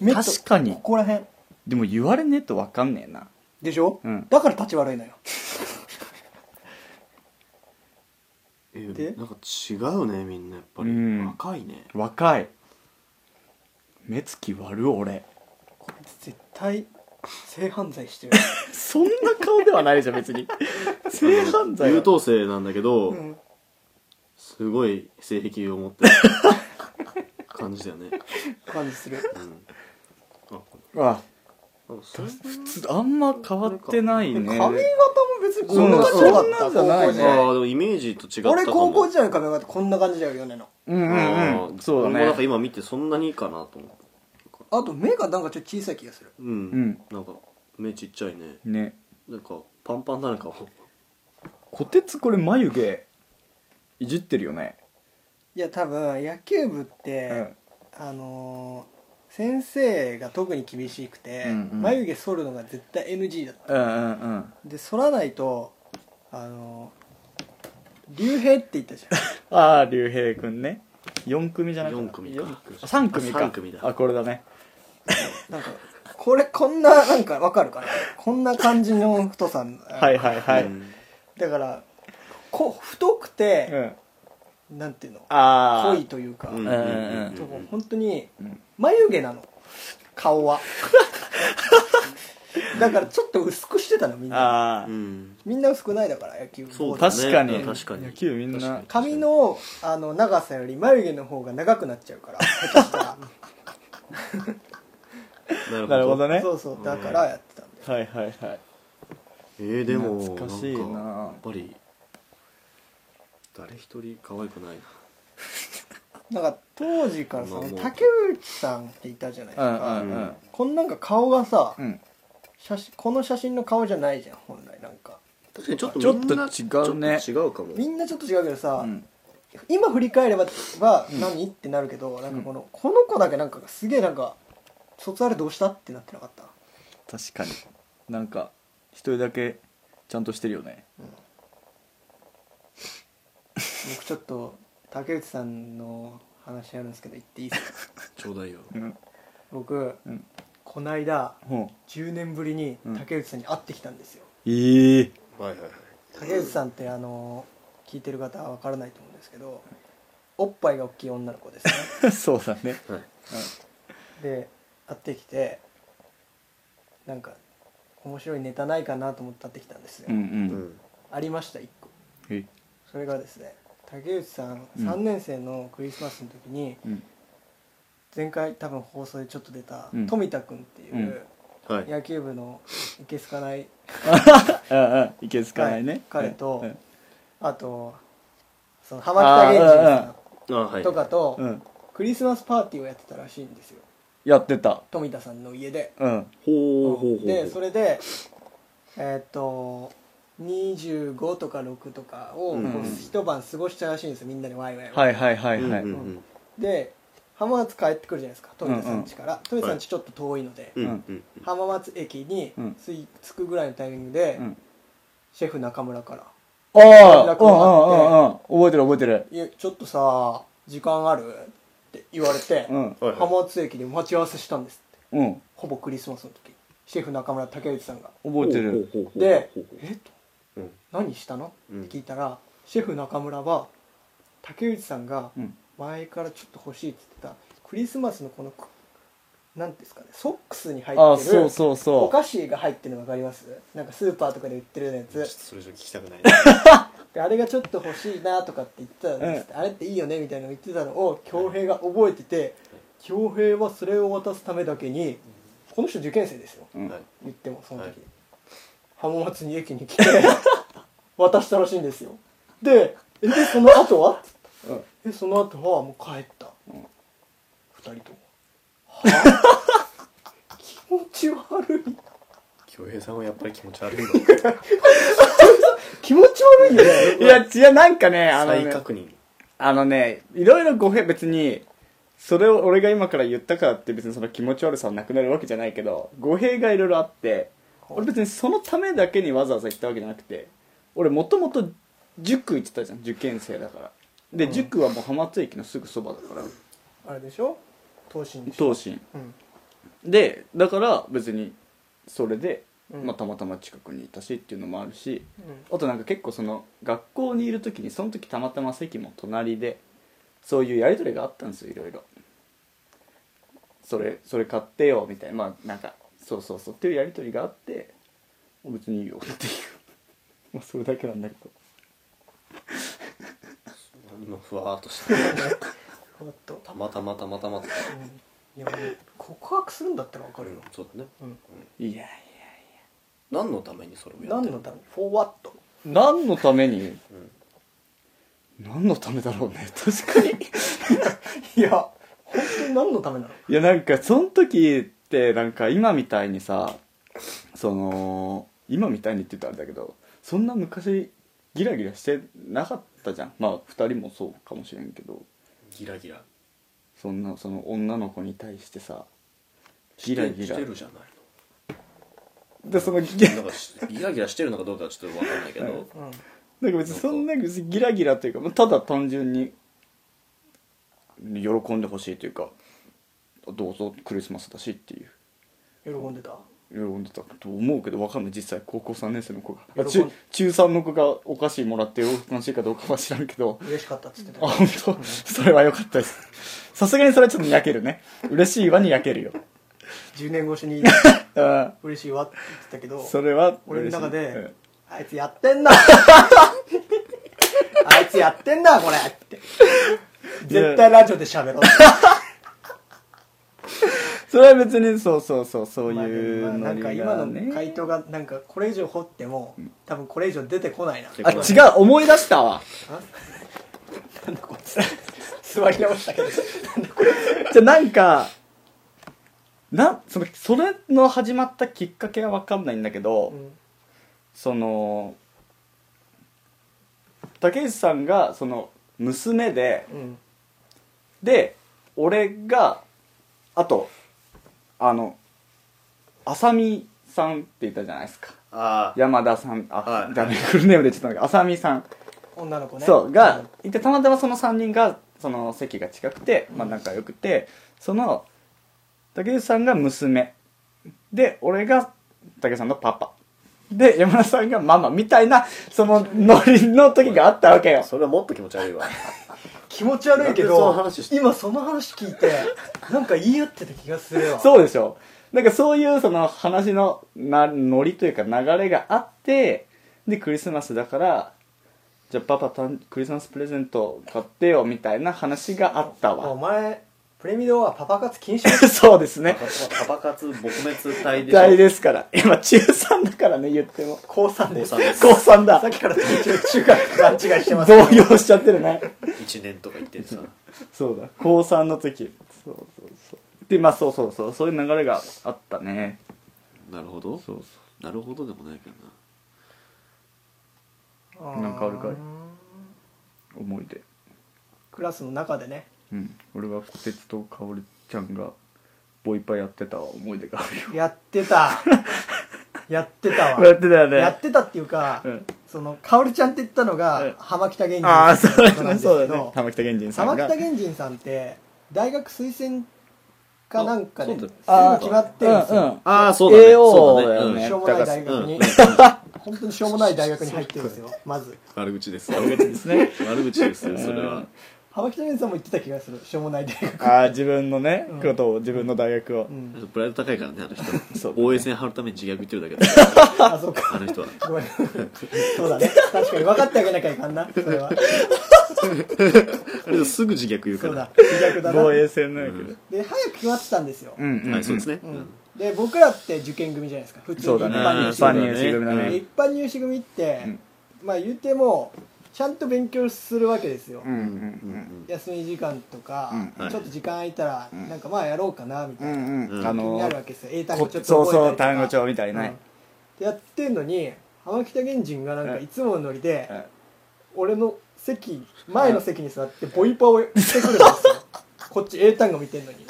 目と確かにここら辺でも言われねえと分かんねえなでしょうんだから立ち悪いのよえでなんか違うねみんなやっぱりうん若いね若い目つき悪俺これ絶対性犯罪してるそんな顔ではないじゃん (laughs) 別に性犯罪優等生なんだけど、うんすごい性癖を持ってる感じだよね、感じするうん、ああなんかそれ普通あんま変わってないね髪型も別にこそうんな感じじゃなかそっんなんじゃなたい高校ね時あ代ーでもイメージと違ったかも俺高校時代の髪型こんな感じだよ米のうんうんあうんーそうだ俺もなんかね今見てそんなにいいかなと思ってあと目がなんかちょっと小さい気がするうん、んなんか目ちっちゃいねねなんかパンパンなのかもこてつこれ眉毛いじってるよねいや多分野球部っうて、んあのー先生が特に厳しくて、うんうん眉毛剃るのが絶対 NG だったうんうんで剃らないとあのー竜兵って言ったじ (laughs) ああ竜兵くんね4組じゃなく4組か3組かあ三組だあこれだねゃんなんかこれこんななんかわかるかなこんな感じの太さはいはいはい、ううんんだからこう太くて、なんていうのああ濃いというか、うんんううんんうんとうん本当にん眉毛なの顔 (laughs) はだからちょっと薄くしてたのみんなああ、うんみんな薄くないだから野球部そうだね確かに確かに野球みんな確か髪のあの長さより眉毛の方が長くなっちゃう (laughs) から下手したらになるほどなるほどねそうそうだからやってたんだよはいはいはいえー、でも懐かしいなんかやっぱり誰一人可愛くないななんか当時からさまあもう竹内さんっていたじゃないですうんうかんうんこんなんか顔がさうん写真この写真の顔じゃないじゃん本来なんか確かにちょっとちょっみとんな違うねちょっと違うかもみんなちょっと違うけどさ、うん今振り返ればは何、ってなるけどなんかこのこの子だけなんかすげえなんか卒アルどうしたってなってなかった確かになんか一人だけちゃんとしてるよね僕ちょっと竹内さんの話あるんですけど言っていいですかちょうだいようん僕うんこないだほう10年ぶりにうん竹内さんに会ってきたんですよ、ええはいはいはい竹内さんってあの聞いてる方は分からないと思うんですけどおっぱいが大きい女の子 (laughs) ですね (laughs) そうだねはいで会ってきてなんか面白いネタないかなと思って会ってきたんですよ、うんうん、うんありました1個えそれがですね竹内さんうん3年生のクリスマスの時に、うん前回多分放送でちょっと出た、うん富田君っていう、はい野球部のいけすかないああいけつかないね、はい彼とうんあとその浜北源氏さあはんいとかと、うん、クリスマスパーティーをやってたらしいんですよやってた富田さんの家でうんほうほうほうほうでそれでえーっと25とか6とかをうんこう一晩過ごしたらしいんですよみんなでワイワイワイはいはいははいはい、うんうんで浜松帰ってくるじゃないですか富田さん家から、富田さん家ちょっと遠いので、うんうんうん浜松駅にうんつい着くぐらいのタイミングで、うんシェフ中村からああ楽うにんうんうんうなん覚えてる覚えてる「いやちょっとさ時間ある?」って言われて、うんはいはい浜松駅で待ち合わせしたんですってうんほぼクリスマスの時シェフ中村竹内さんが覚えてるほうほうほうほうでほうほ「えっ?」とううん「何したの?」うんって聞いたら、シェフ中村は竹内さんがうん前からちょっと欲しいって言ってたクリスマスのこのくなんていうんですかねソックスに入ああってそうるそうおそ菓子が入ってるの分かりますなんかスーパーとかで売ってるようなやちょっとつそれじゃ聞きたくないなであれがちょっと欲しいなとかって言ってたんですって、あれっていいよねみたいなの言ってたのを恭平が覚えてて恭平はそれを渡すためだけにこの人受験生ですよう、うんはい言ってもその時、はい浜松に駅に来て (laughs) 渡したらしいんですよで「えでその後は?」って言ったえその後はもう帰った、二人ともはあ気持ち悪い恭平さんはやっぱり気持ち悪いの気持ち悪いよね (laughs) いや違うなんかねあの再ね確認あのねいろいろ語弊別にそれを俺が今から言ったからって別にその気持ち悪さはなくなるわけじゃないけど語弊がいろいろあって俺別にそのためだけにわざわざ行ったわけじゃなくて俺もともと塾行ってたじゃん受験生だからで、塾はもう浜松駅のすぐそばだからあれでしょ東進でしょ東進うんでだから別にそれで、うんまあ、たまたま近くにいたしっていうのもあるしうんあとなんか結構その学校にいる時にその時たまたま席も隣でそういうやり取りがあったんですよいろいろそれそれ買ってよみたいなまあなんかそうそうそうっていうやり取りがあって別にいいよっていう (laughs) まあそれだけなんだけど今ふわーっとしてるふわっとたまたまたまたまといやもう告白するんだったら分かるよ、そうだねうん、いやいや何のためにそれをやって何るのためにフォーワット何のために、何のためだろうね確かにいや本当に何のためなのいやなんかその時ってなんか今みたいにさその今みたいにって言ったらあれだけどそんな昔ギラギラしてなかったじゃんまあ2人もそうかもしれんけどギラギラそんなその女の子に対してさギギララギギララしてるじゃないでそのギラのなんかしギラギラしてるのかどうかはちょっとわかんないけどうんなんか別にそんな別にギラギラというかまあただ単純に喜んでほしいというかどうぞクリスマスだしっていう喜んでた喜んでたと思うけどわかんない実際高校3年生の子があ喜ん中中3の子がお菓子もらって楽しいかどうかは知らんけど嬉しかったっつってたあ本当それは良かったですさすがにそれはちょっと焼けるね嬉しいわに焼けるよ10年越し (laughs) にうん嬉しいわって言ってたけどそれは俺の中嬉しいで、あいつやってんな (laughs) あいつやってんなこれって絶対ラジオで喋 (laughs) ろうそれは別にそうそうそうそうまあいでもうまあノなんリか今がねの回答がなんかこれ以上掘っても多分これ以上出てこないなあ違う思い出したわなんだこいつ座り直したけどじゃあなんかなそのそれの始まったきっかけは分かんないんだけど、その竹内さんがその娘でうんで俺があとあの浅見さんって言ったじゃないですかああ山田さんあ、はいダメフルネームでちょっとなんか浅見さん女の子ねそうがいてたまたまその3人がその席が近くて、まあ、仲良くてその竹内さんが娘で俺が竹内さんのパパで山田さんがママみたいなそのノリの時があったわけよそれはもっと気持ち悪いわ気持ち悪いけどなんでその話して今その話聞い (laughs) てなんか言い合ってた気がするわそうでしょなんかそういうその話のなノリというか流れがあってでクリスマスだからじゃあパパたんクリスマスプレゼント買ってよみたいな話があったおわ前プレミドはパパ活禁止 (laughs) そうですねパパ活撲滅隊でしょ大ですから今中3だからね言っても高3で高 (laughs) さ三です高3だっきから途中中学勘違いしてます動揺しちゃってるね1年とか言ってさそうだ高3の時そうそうそうでまあそうそうそうそういう流れがあったねなるほどそうそうなるほどでもないけどななんかあるかい思い出クラスの中でねうん俺は小鉄とかおるちゃんがボイパやってた思い出があるよやって (laughs) たやってたわやってたよねやってたっていうか、うんそのカオルちゃんって言ったのが、うん浜北源ああ氏そさんってうことなんだですけどねそうだね玉北源人さん浜が北源人さんって大学推薦かなんかであそうだあー決まってるんですうんうよん、ああそうだね AO そうだねうんだしょうもなよねい大学うんに、本当にしょうもない大学に入ってるんですよまず悪口です悪口ですね悪口ですよそれは浜北源さんも言ってた気がするしょうもない大 (laughs) 学ああ自分のねうんことを自分の大学をうんプライド高いからねあの (laughs) そ人うだね防衛線張るために自虐言ってるだけだからあそうか (laughs) あの人はごめん (laughs) そうだね確かに分かってあげなきゃいかんなそれはあれすぐ自虐言うかそうらだ自虐だな防衛戦のやけどで早く決まってたんですよ、うんうんはいそうですねううんんで僕らって受験組じゃないですか普通にそ一うだね般入一試組般入試組だうんね一般入試組って、うんまあ言うてもちゃんと勉強するわけですよ、うんうん休み時間とか、うんはいちょっと時間空いたら、なんかまあやろうかなみたういな、んうんううんん気にあなのるわけですよ英単語ちょっとそう覚えそたりとかう単語帳みたいなねうんやってんのに浜北源人がなんかいつものノリで、うん俺の席前の席に座ってボイパをしてくるんです (laughs) よこっち英単語見てんのに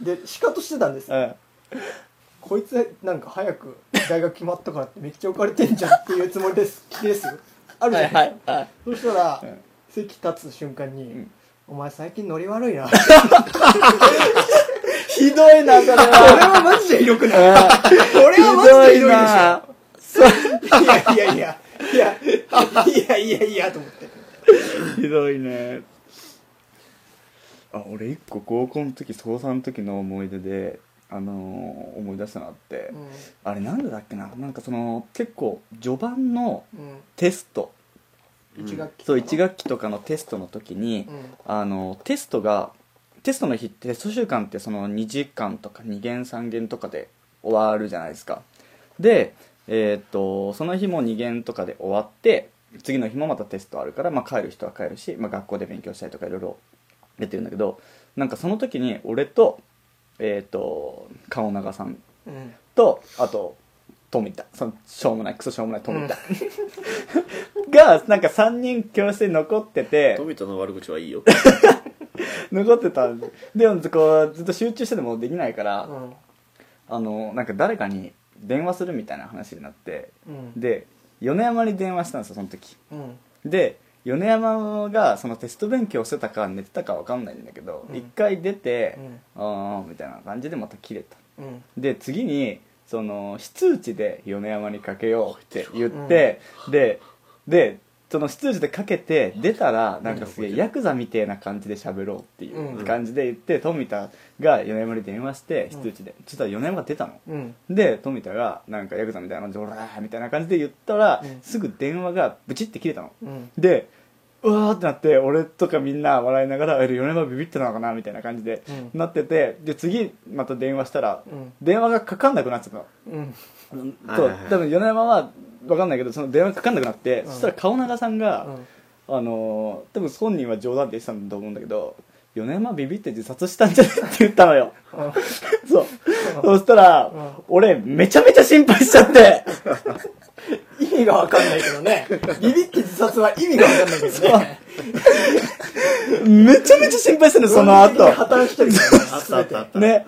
ででシカトしてたんですようんこいつなんか早く大学決まったからってめっちゃ浮かれてんじゃんっていうつもりです気ですよあるじゃん、はいはいそしたら、うん席立つ瞬間に、んお前最近ノリ悪いなこ (laughs) ひどいなそ (laughs) れれははマジでひどくないこれひはマジでひどどいいでしょいやいやいやいやいやいやいやと思ってひどいねあ俺一個合コンの時総3の時の思い出であのー思い出したのあって、あれなんでだっけななんかその結構序盤のうんテストうん一学期そう1学期とかのテストの時に、うんあのテストがテストの日ってテスト週間ってその2時間とか2限3限とかで終わるじゃないですかでえーっとその日も2限とかで終わって次の日もまたテストあるから、まあ、帰る人は帰るし、まあ、学校で勉強したりとかいろいろやってるんだけどなんかその時に俺とえーっと顔長さんうんとあと富田そのしょうもないクソしょうもない富田、がなんか3人教室に残ってて富田の悪口 (laughs) はいいよ残ってたんででもこうずっと集中しててもできないから、うんあのなんか誰かに電話するみたいな話になってうんで米山に電話したんですよその時うんで米山がそのテスト勉強してたか寝てたか分かんないんだけどうん一、回出て、ああみたいな感じでまた切れたうんで次にその非通知で米山にかけようって言って、ででその非通知でかけて出たらなんかすげえヤクザみてえな感じで喋ろうっていうんう感じで言って富田が米山に電話して非通知で、そしたら米山が出たの。うんで富田がなんかヤクザみたいな感じで「オラー!」みたいな感じで言ったら、うんすぐ電話がブチって切れたの。うんでうわーってなって俺とかみんな笑いながら「え米山ビビってたのかな」みたいな感じで、うんなっててで次また電話したら、うん電話がかかんなくなっちゃったの、うんはいそはいう多分米山は分かんないけどその電話かかんなくなって、うんそしたら顔長さんが、うんあのー多分本人は冗談で言ってたんだと思うんだけど米山ビビって自殺したんじゃないって言ったのよそうそしたら、うん俺めちゃめちゃ心配しちゃって意味がわかんないけどねビビって自殺は意味がわかんないけどねめちゃめちゃ心配してるその論理的後に破綻してるからねあったあったあったね。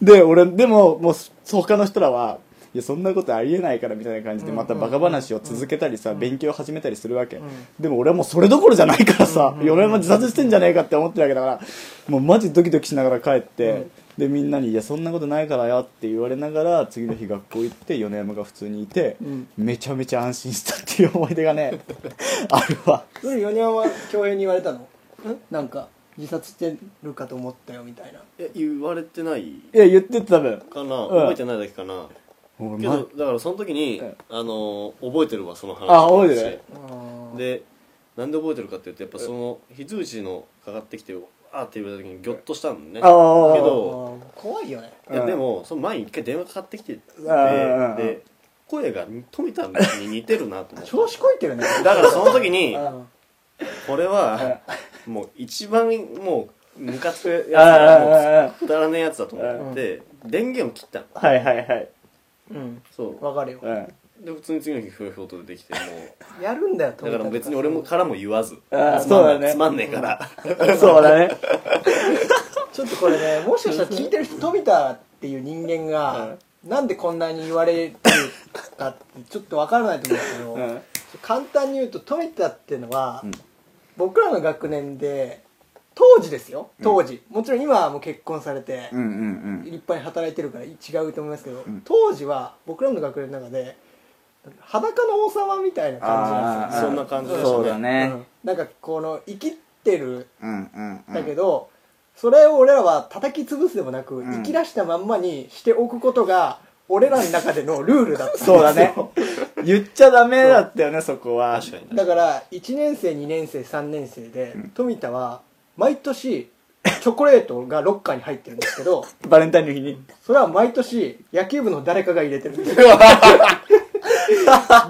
で、俺、でも、もう、そ他の人らは、いやそんなことありえないからみたいな感じでまたバカ話を続けたりさ勉強を始めたりするわけ、でも俺はもうそれどころじゃないからさ、俺も自殺してんじゃねえかって思ってるわけだからもうマジドキドキしながら帰って、でみんなに「いやそんなことないからよ」って言われながら次の日学校行って米山が普通にいて、んめちゃめちゃ安心したっていう思い出がね (laughs) あるわそれ米山は恭平に言われたのんなんか自殺してるかと思ったよみたいないや言われてないいや言ってた多分かな覚えてないだけかな俺けまどだからその時にうんあの覚えてるわその話あ覚えてるでなんで覚えてるかって言うとやっぱその非通知のかかってきてあーって言われた時にギョッとしたんねあーけあどー怖いよねいやでもその前に一回電話かかってきててあーで声が富田に似てるなと思って調子こいてるねだからその時にうんこれはもう一番もうムカつくやつあだああもうくだらねえやつだと思って電源を切ったのはいはいはいうんそわかるようんうで普通に次の日ひょうひょうと出てきてもやるんだようだから別に俺もちょからも言わずあーつまんないそうだねつまんねえからそうだねっとこれねもしかしたら聞いてる人富田っていう人間がなんでこんなに言われてるかってちょっとわからないと思うんだけど簡単に言うと富田っていうのは、うん僕らの学年で当時ですよ当時、もちろん今はもう結婚されて、うんうん立派に働いてるから違うと思いますけど、ん当時は僕らの学年の中で裸の王様みたいな感じなんですあーよそんな感じでしたねそうだねうんなんかこの生きってるうんうんうんだけど、それを俺らは叩き潰すでもなく、ん生き出したまんまにしておくことが俺らの中でのルールだったんですよそうだね言っちゃダメだったよねそこは確かに (laughs) だから1年生2年生3年生で、富田は毎年チョコレートがロッカーに入ってるんですけどバレンタインの日にそれは毎年野球部の誰かが入れてるん (laughs) ですよ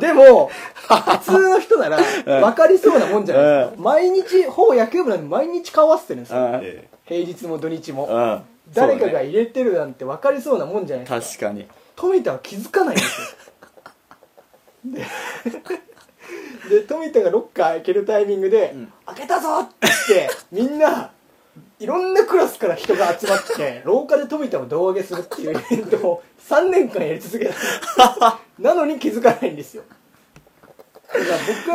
でも普通の人なら分かりそうなもんじゃないですか、毎日ほぼ野球部なんで毎日顔合わせてるんですうよんえ平え日も土日もうん誰かが入れてるなんて分かりそうなもんじゃないですか確かに富田は気づかないんですよでで富田がロッカー開けるタイミングで「開けたぞ!」って言ってみんないろんなクラスから人が集まって廊下で富田を胴上げするっていうイベントを3年間やり続けたなのに気づかないんですよだから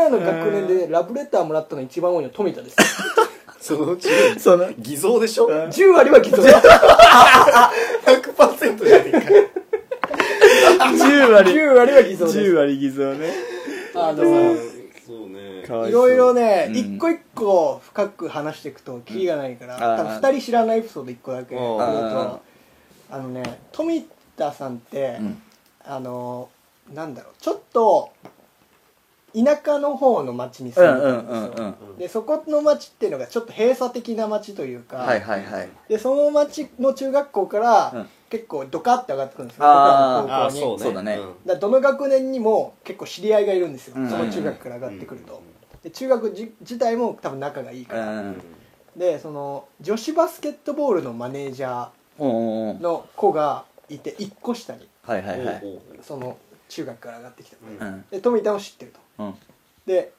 僕らの学年でラブレターもらったの一番多いのは富田ですそのうちその偽造でしょ10割は偽造100%じゃねえか10割10割は偽造で10す割偽造ねあのそうねかわいそろういろね、うん一個一個深く話していくとキリがないから、うん多分あー2人知らないエピソード1個だけ言うとああのね富田さんって、うんあのなんだろうちょっと田舎の方の町に住んでたんですよ、んでそこの町っていうのがちょっと閉鎖的な町というか、はいはいはいでその町の中学校から、うん結構ドカッて上がってくるんですよあー僕らの高ああ校にそうねそうだねんだからどの学年にも結構知り合いがいるんですよ、うんその中学から上がってくると、で中学じ自体も多分仲がいいかうら、んでその女子バスケットボールのマネージャおうおうおーうの子がいて1個下にはいはいはいおうその中学から上がってきた子おううんで富田を知ってるとうんで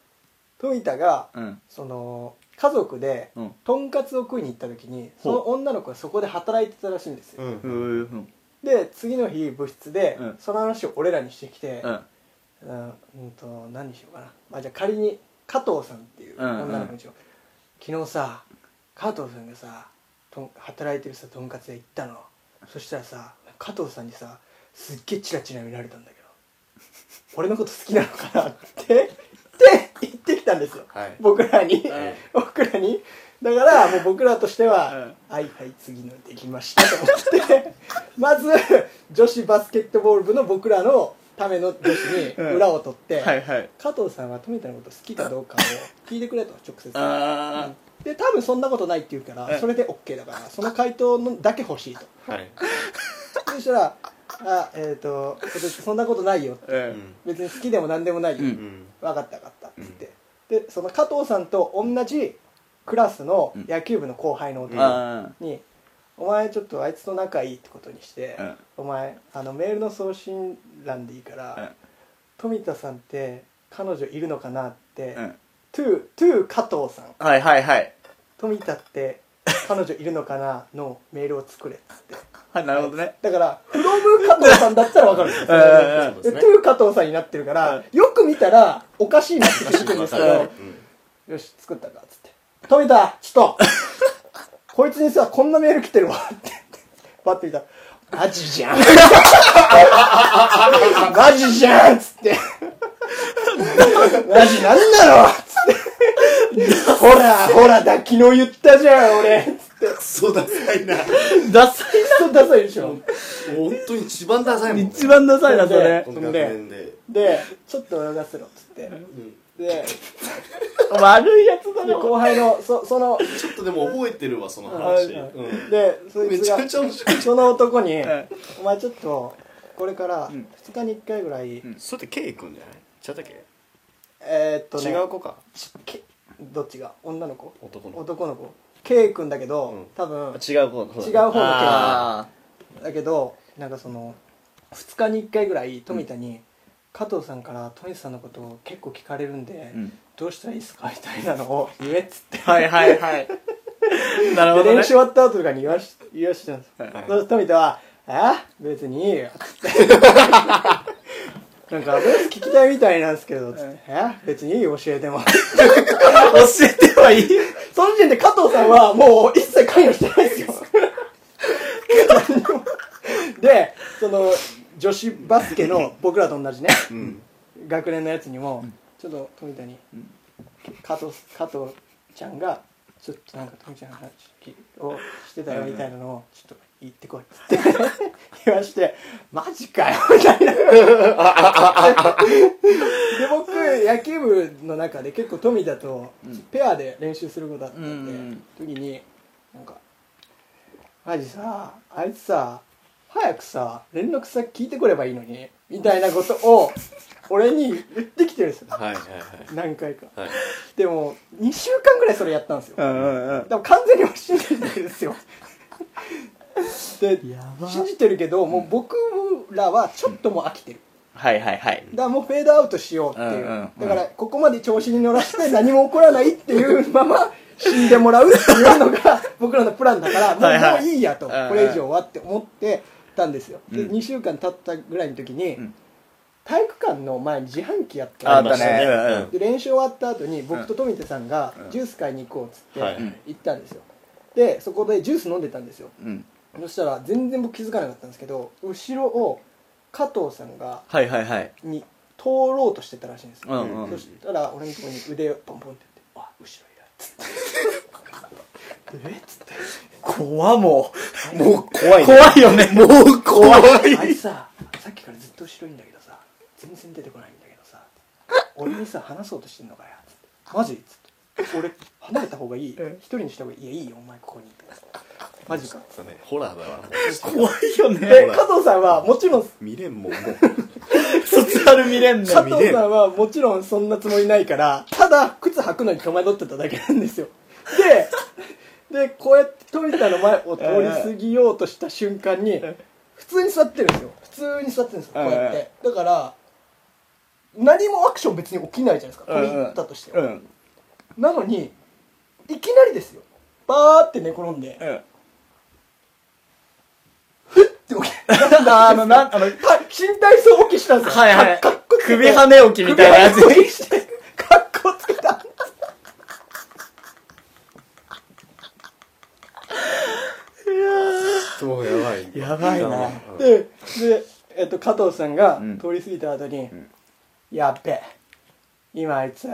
富田がうんその家族でうんとんかつを食いに行った時にその女の子がそこで働いてたらしいんですよ、うんうんで次の日部室で、うんその話を俺らにしてきて、うんうんうんと何にしようかな、まあ、じゃあ仮に加藤さんっていううんうん女の子にしよう、昨日さ加藤さんがさとん働いてるさとんかつ屋行ったのそしたらさ加藤さんにさすっげえチラチラ見られたんだけど俺のこと好きなのかなってって言ってきたんですよ、はい僕らに、はい (laughs) 僕らにだからもう僕らとしては、うんはいはい次のできましたと思って (laughs) まず女子バスケットボール部の僕らのための女子にうん裏を取って、はいはい加藤さんは富田のこと好きかどうかを聞いてくれと直接あで多分そんなことないって言うからそれで OK だからその回答のだけ欲しいとはいそしたら「あえっ、とそんなことないよあううんん別に好きでも何でもないよ」うんうん分かった分かった」っつってでその加藤さんと同じクラスの野球部の後輩のう男んの子あに「お前ちょっとあいつと仲いいってことにして、うんお前あのメールの送信欄でいいかあら、富田さんって彼女いるのかなって、うんトゥートゥー加藤さんはいはいはい富田って彼女いるのかなのメールを作れっつってはい、なるほどね。だから「from 加藤さん」だったらわかるんですよ (laughs) それうんうんうんでで「to 加藤さん」になってるからよく見たらおかしいなって気づくんですけどよし作ったかっつって「富田ち (laughs) ょっとこいつにさこんなメール来てるわ」ってパッて見たら「マジじゃん」「マジじゃん」っつって「マジなんだろ」っつって「ほらほらだ昨日言ったじゃん俺」っつってそうダサいなダサい。クソダサいでしょ本当に一番ダサいもん一番ダサいな、それこ。番の学年ででちょっと泳がせろっつってで悪いやつだでね。後輩のそそのちょっとでも覚えてるわその話はいはいうんでそいめつちゃがめちゃ面白いその男にん「お前ちょっとこれから2日に1回ぐらい、それってケイ君じゃないちゃったっけえーっとね違う子かけどっちが女の子男の男の子 K 君だけど、うん多分違う子違う方の K あだけどなんかその2日に1回ぐらい富田に、加藤さんから富田さんのことを結構聞かれるんで、うんどうしたらいいですかみたいなのを言えっつってあ。はいはいはい。なるほでどね練習。終わった後とかに言わし言わしてたんですよ、はいはいそうすると富田は「え別にいいよ」つってなんか「ベース聞きたいみたいなんですけど」つって「え別にいいよ教えても」教えてはいい。その時点で加藤さんはもう一切関与してないですよ何にもでその女子バスケの僕らと同じねうん学年のやつにも、ちょっと富田に、加藤加藤ちゃんがちょっとなんか富田の話をしてたよみたいなのをちょっと言ってこいっつって (laughs) 言わしてマジかよみたいな (laughs) で僕野球部の中で結構富田とペアで練習することだったんで、うん時になんかマジさあいつさ早くさ連絡先聞いてこればいいのにみたいなことを俺に言ってきてるんですよはいはいはい何回かはいでも2週間ぐらいそれやったんですようでんうんうん。も完全に俺信じてるんですよで信じてるけどもう僕らはちょっともう飽きてるはいはいはい。だからもうフェードアウトしようっていう、うんうんうんだからここまで調子に乗らせて何も起こらないっていうまま死んでもらうっていうのが (laughs) 僕らのプランだからもう,、はいはいもういいやと、うんうんこれ以上はって思ってたんですよ、うでん2週間経ったぐらいの時に、ん体育館の前に自販機やってああっったたねね。で練習終わった後に僕と富田さんがジュース買いに行こうっつってはい行ったんですよでそこでジュース飲んでたんですようん。そしたら全然僕気づかなかったんですけど後ろを加藤さんがはいはいはい。に通ろうとしてたらしいんですよ、うんうんそしたら俺のところに腕をポンポンってやって「あ後 (laughs) ろいる」っつって「えっ?」つって怖も「もう怖い。怖いよね。もう怖い。あいつささっきからずっと後ろいんだけどさ全然出てこないんだけどさ俺にさ話そうとしてんのかよ」つって「マジ?」っつって「俺離れた方がいい一人にした方がいいいやいいよお前ここに」マジかそうねホラーだ (laughs) わ怖いよでね。加藤さんはもちろん見れんもんも (laughs) う卒アル見れん加の。藤さんはもちろんそんなつもりないからただ靴履くのに戸惑ってただけなんですよででこうやって富田の前を通り過ぎようとした瞬間に普通に座ってるんですよ普通に座ってるんですよこうやってだから何もアクション別に起きないじゃないですかうんうん富田としてうはん。なのにいきなりですよバーって寝転んでうん。 (laughs) で起きてあの、なん、あの、か身体操起きしたんですよはいはいかかっこつけて首跳ね起きみたいなやつ首跳ね起きしてかっこつけたやばいやばいな。でで、えっと、加藤さんがん通り過ぎた後に「やっべ今あいつ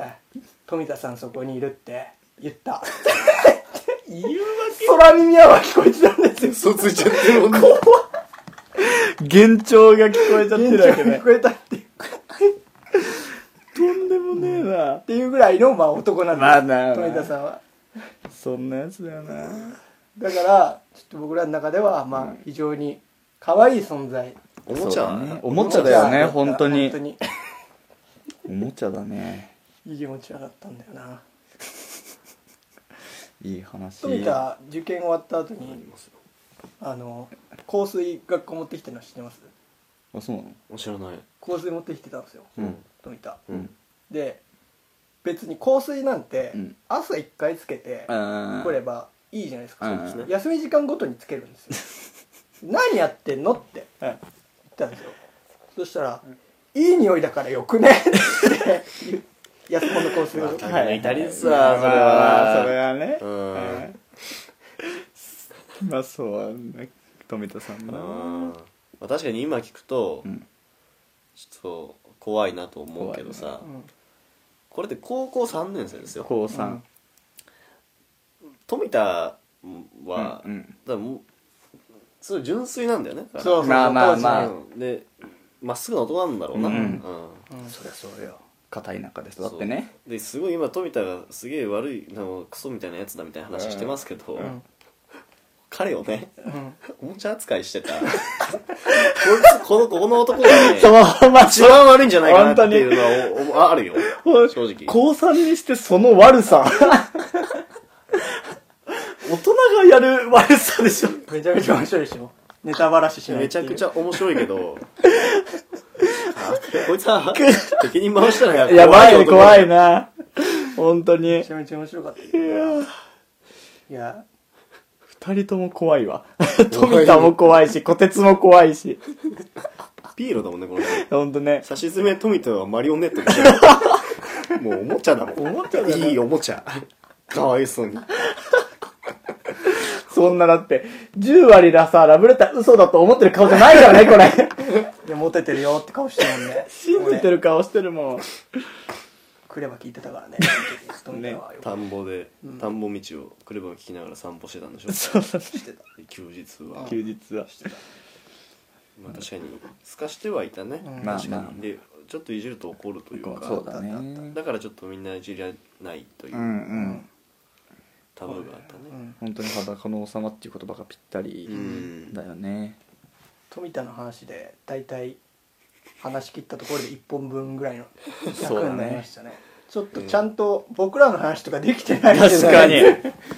富田さんそこにいるって言 (laughs) った」言うわけ空耳泡聞こえてたんですよ嘘ついちゃってるもんね幻聴が聞こえちゃってるわけ現ね状聞。こえたっていうとんでもねえなっ。ていうぐらいの、まあ、男なんです、まあまあまあ富田さんはそんなやつだよな。だからちょっと僕らの中では、まあ、非常に可愛い存在おもちゃはそうだねねおもちゃだよねおもちゃ本当に本当におもちゃだね。いい気持ち上がったんだよないい話。富田受験終わった後にあの香水学校持ってきてるの知ってますあ、そうなの知らない香水持ってきてたんですよ、うん富田うんで別に香水なんてうん朝一回つけてあー来ればいいじゃないですうか、んそうですね休み時間ごとにつけるんですよ何やってんのって言ったんですよ、そしたら、いい匂いだからよくね」って言う安物香水をまあいたりさ、それまあまあそれは。はねうんうんまあそうはね富田さんうのんまあ確かに今聞くと、んちょっと怖いなと思うけどさ、うんこれって高校3年生ですよ高三富田は、うんうんだからもうすごい純粋なんだよねだからそうそうまあまあまあうんでまっすぐな男なんだろうな、うんうんそりゃそうよ片田舎で育ってねそうですごい今富田がすげえ悪いなんかクソみたいなやつだみたいな話してますけど、ん彼をねうんおもちゃ扱いしてたこいつこのここの男がね (laughs) そうマ一番悪いんじゃないかなっていうのはおおあるよ正直高三にしてその悪 (laughs) さ大人がやる悪さでしょめちゃめちゃ面白いでしょネタばらししないめちゃくちゃゃ面白いけ (laughs) どあこいつは責任回したらやばいね男怖いな本当にめちゃめちゃ面白かったいや二人とも怖い (laughs) わ富田も怖いし虎鉄も怖いしピーロだもんねこの人本当ね差し詰め富田はマリオネットみた (laughs) いなもうおもちゃだもんおもちゃいいおもちゃかわいそうにそんなだって10割ださラブレター嘘だと思ってる顔じゃないからねこ (laughs) れいやモテてるよって顔してるもん (laughs) ね信じてる顔してるもん来れば聞いてたからね (laughs) ね田んぼで田んぼ道をクレバを聞きながら散歩してたんでしょそうだね休日は休日はまあ確かにすかしてはいたね、んまあ確かに、まあでちょっといじると怒るというかそうだねだからちょっとみんないじらないといううんうんタブーがあったね、うん本当に裸の王様っていう言葉がぴったりうんだよね富田の話で大体話し切ったところで1本分ぐらいの役になりましたねちょっとちゃんと僕らの話とかできてない確かに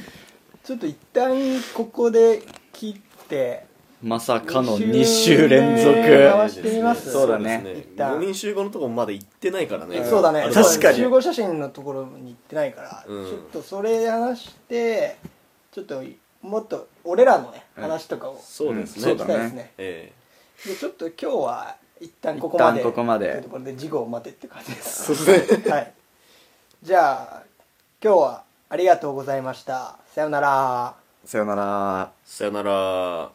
(laughs) ちょっと一旦ここで切ってまさかの2週連続回してみますそうだねそうです一旦五人集合のとこまだ行ってないからねそうだねあれ確かに集合写真のところに行ってないから、うんちょっとそれ話してちょっともっと俺らのねうん話とかをそうですねうん聞きたいですね、えでちょっと今日は一旦ここまで一旦ここまでというところで事後を待てって感じですそうですねはいじゃあ今日はありがとうございましたさようならさよならさよなら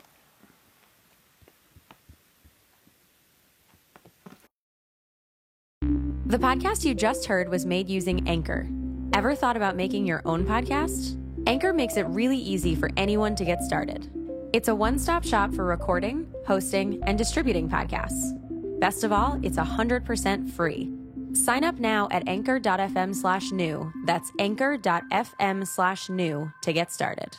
The podcast you just heard was made using Anchor. Ever thought about making your own podcast? Anchor makes it really easy for anyone to get started. It's a one stop shop for recording, hosting, and distributing podcasts. Best of all, it's 100% free. Sign up now at anchor.fm slash new. That's anchor.fm slash new to get started.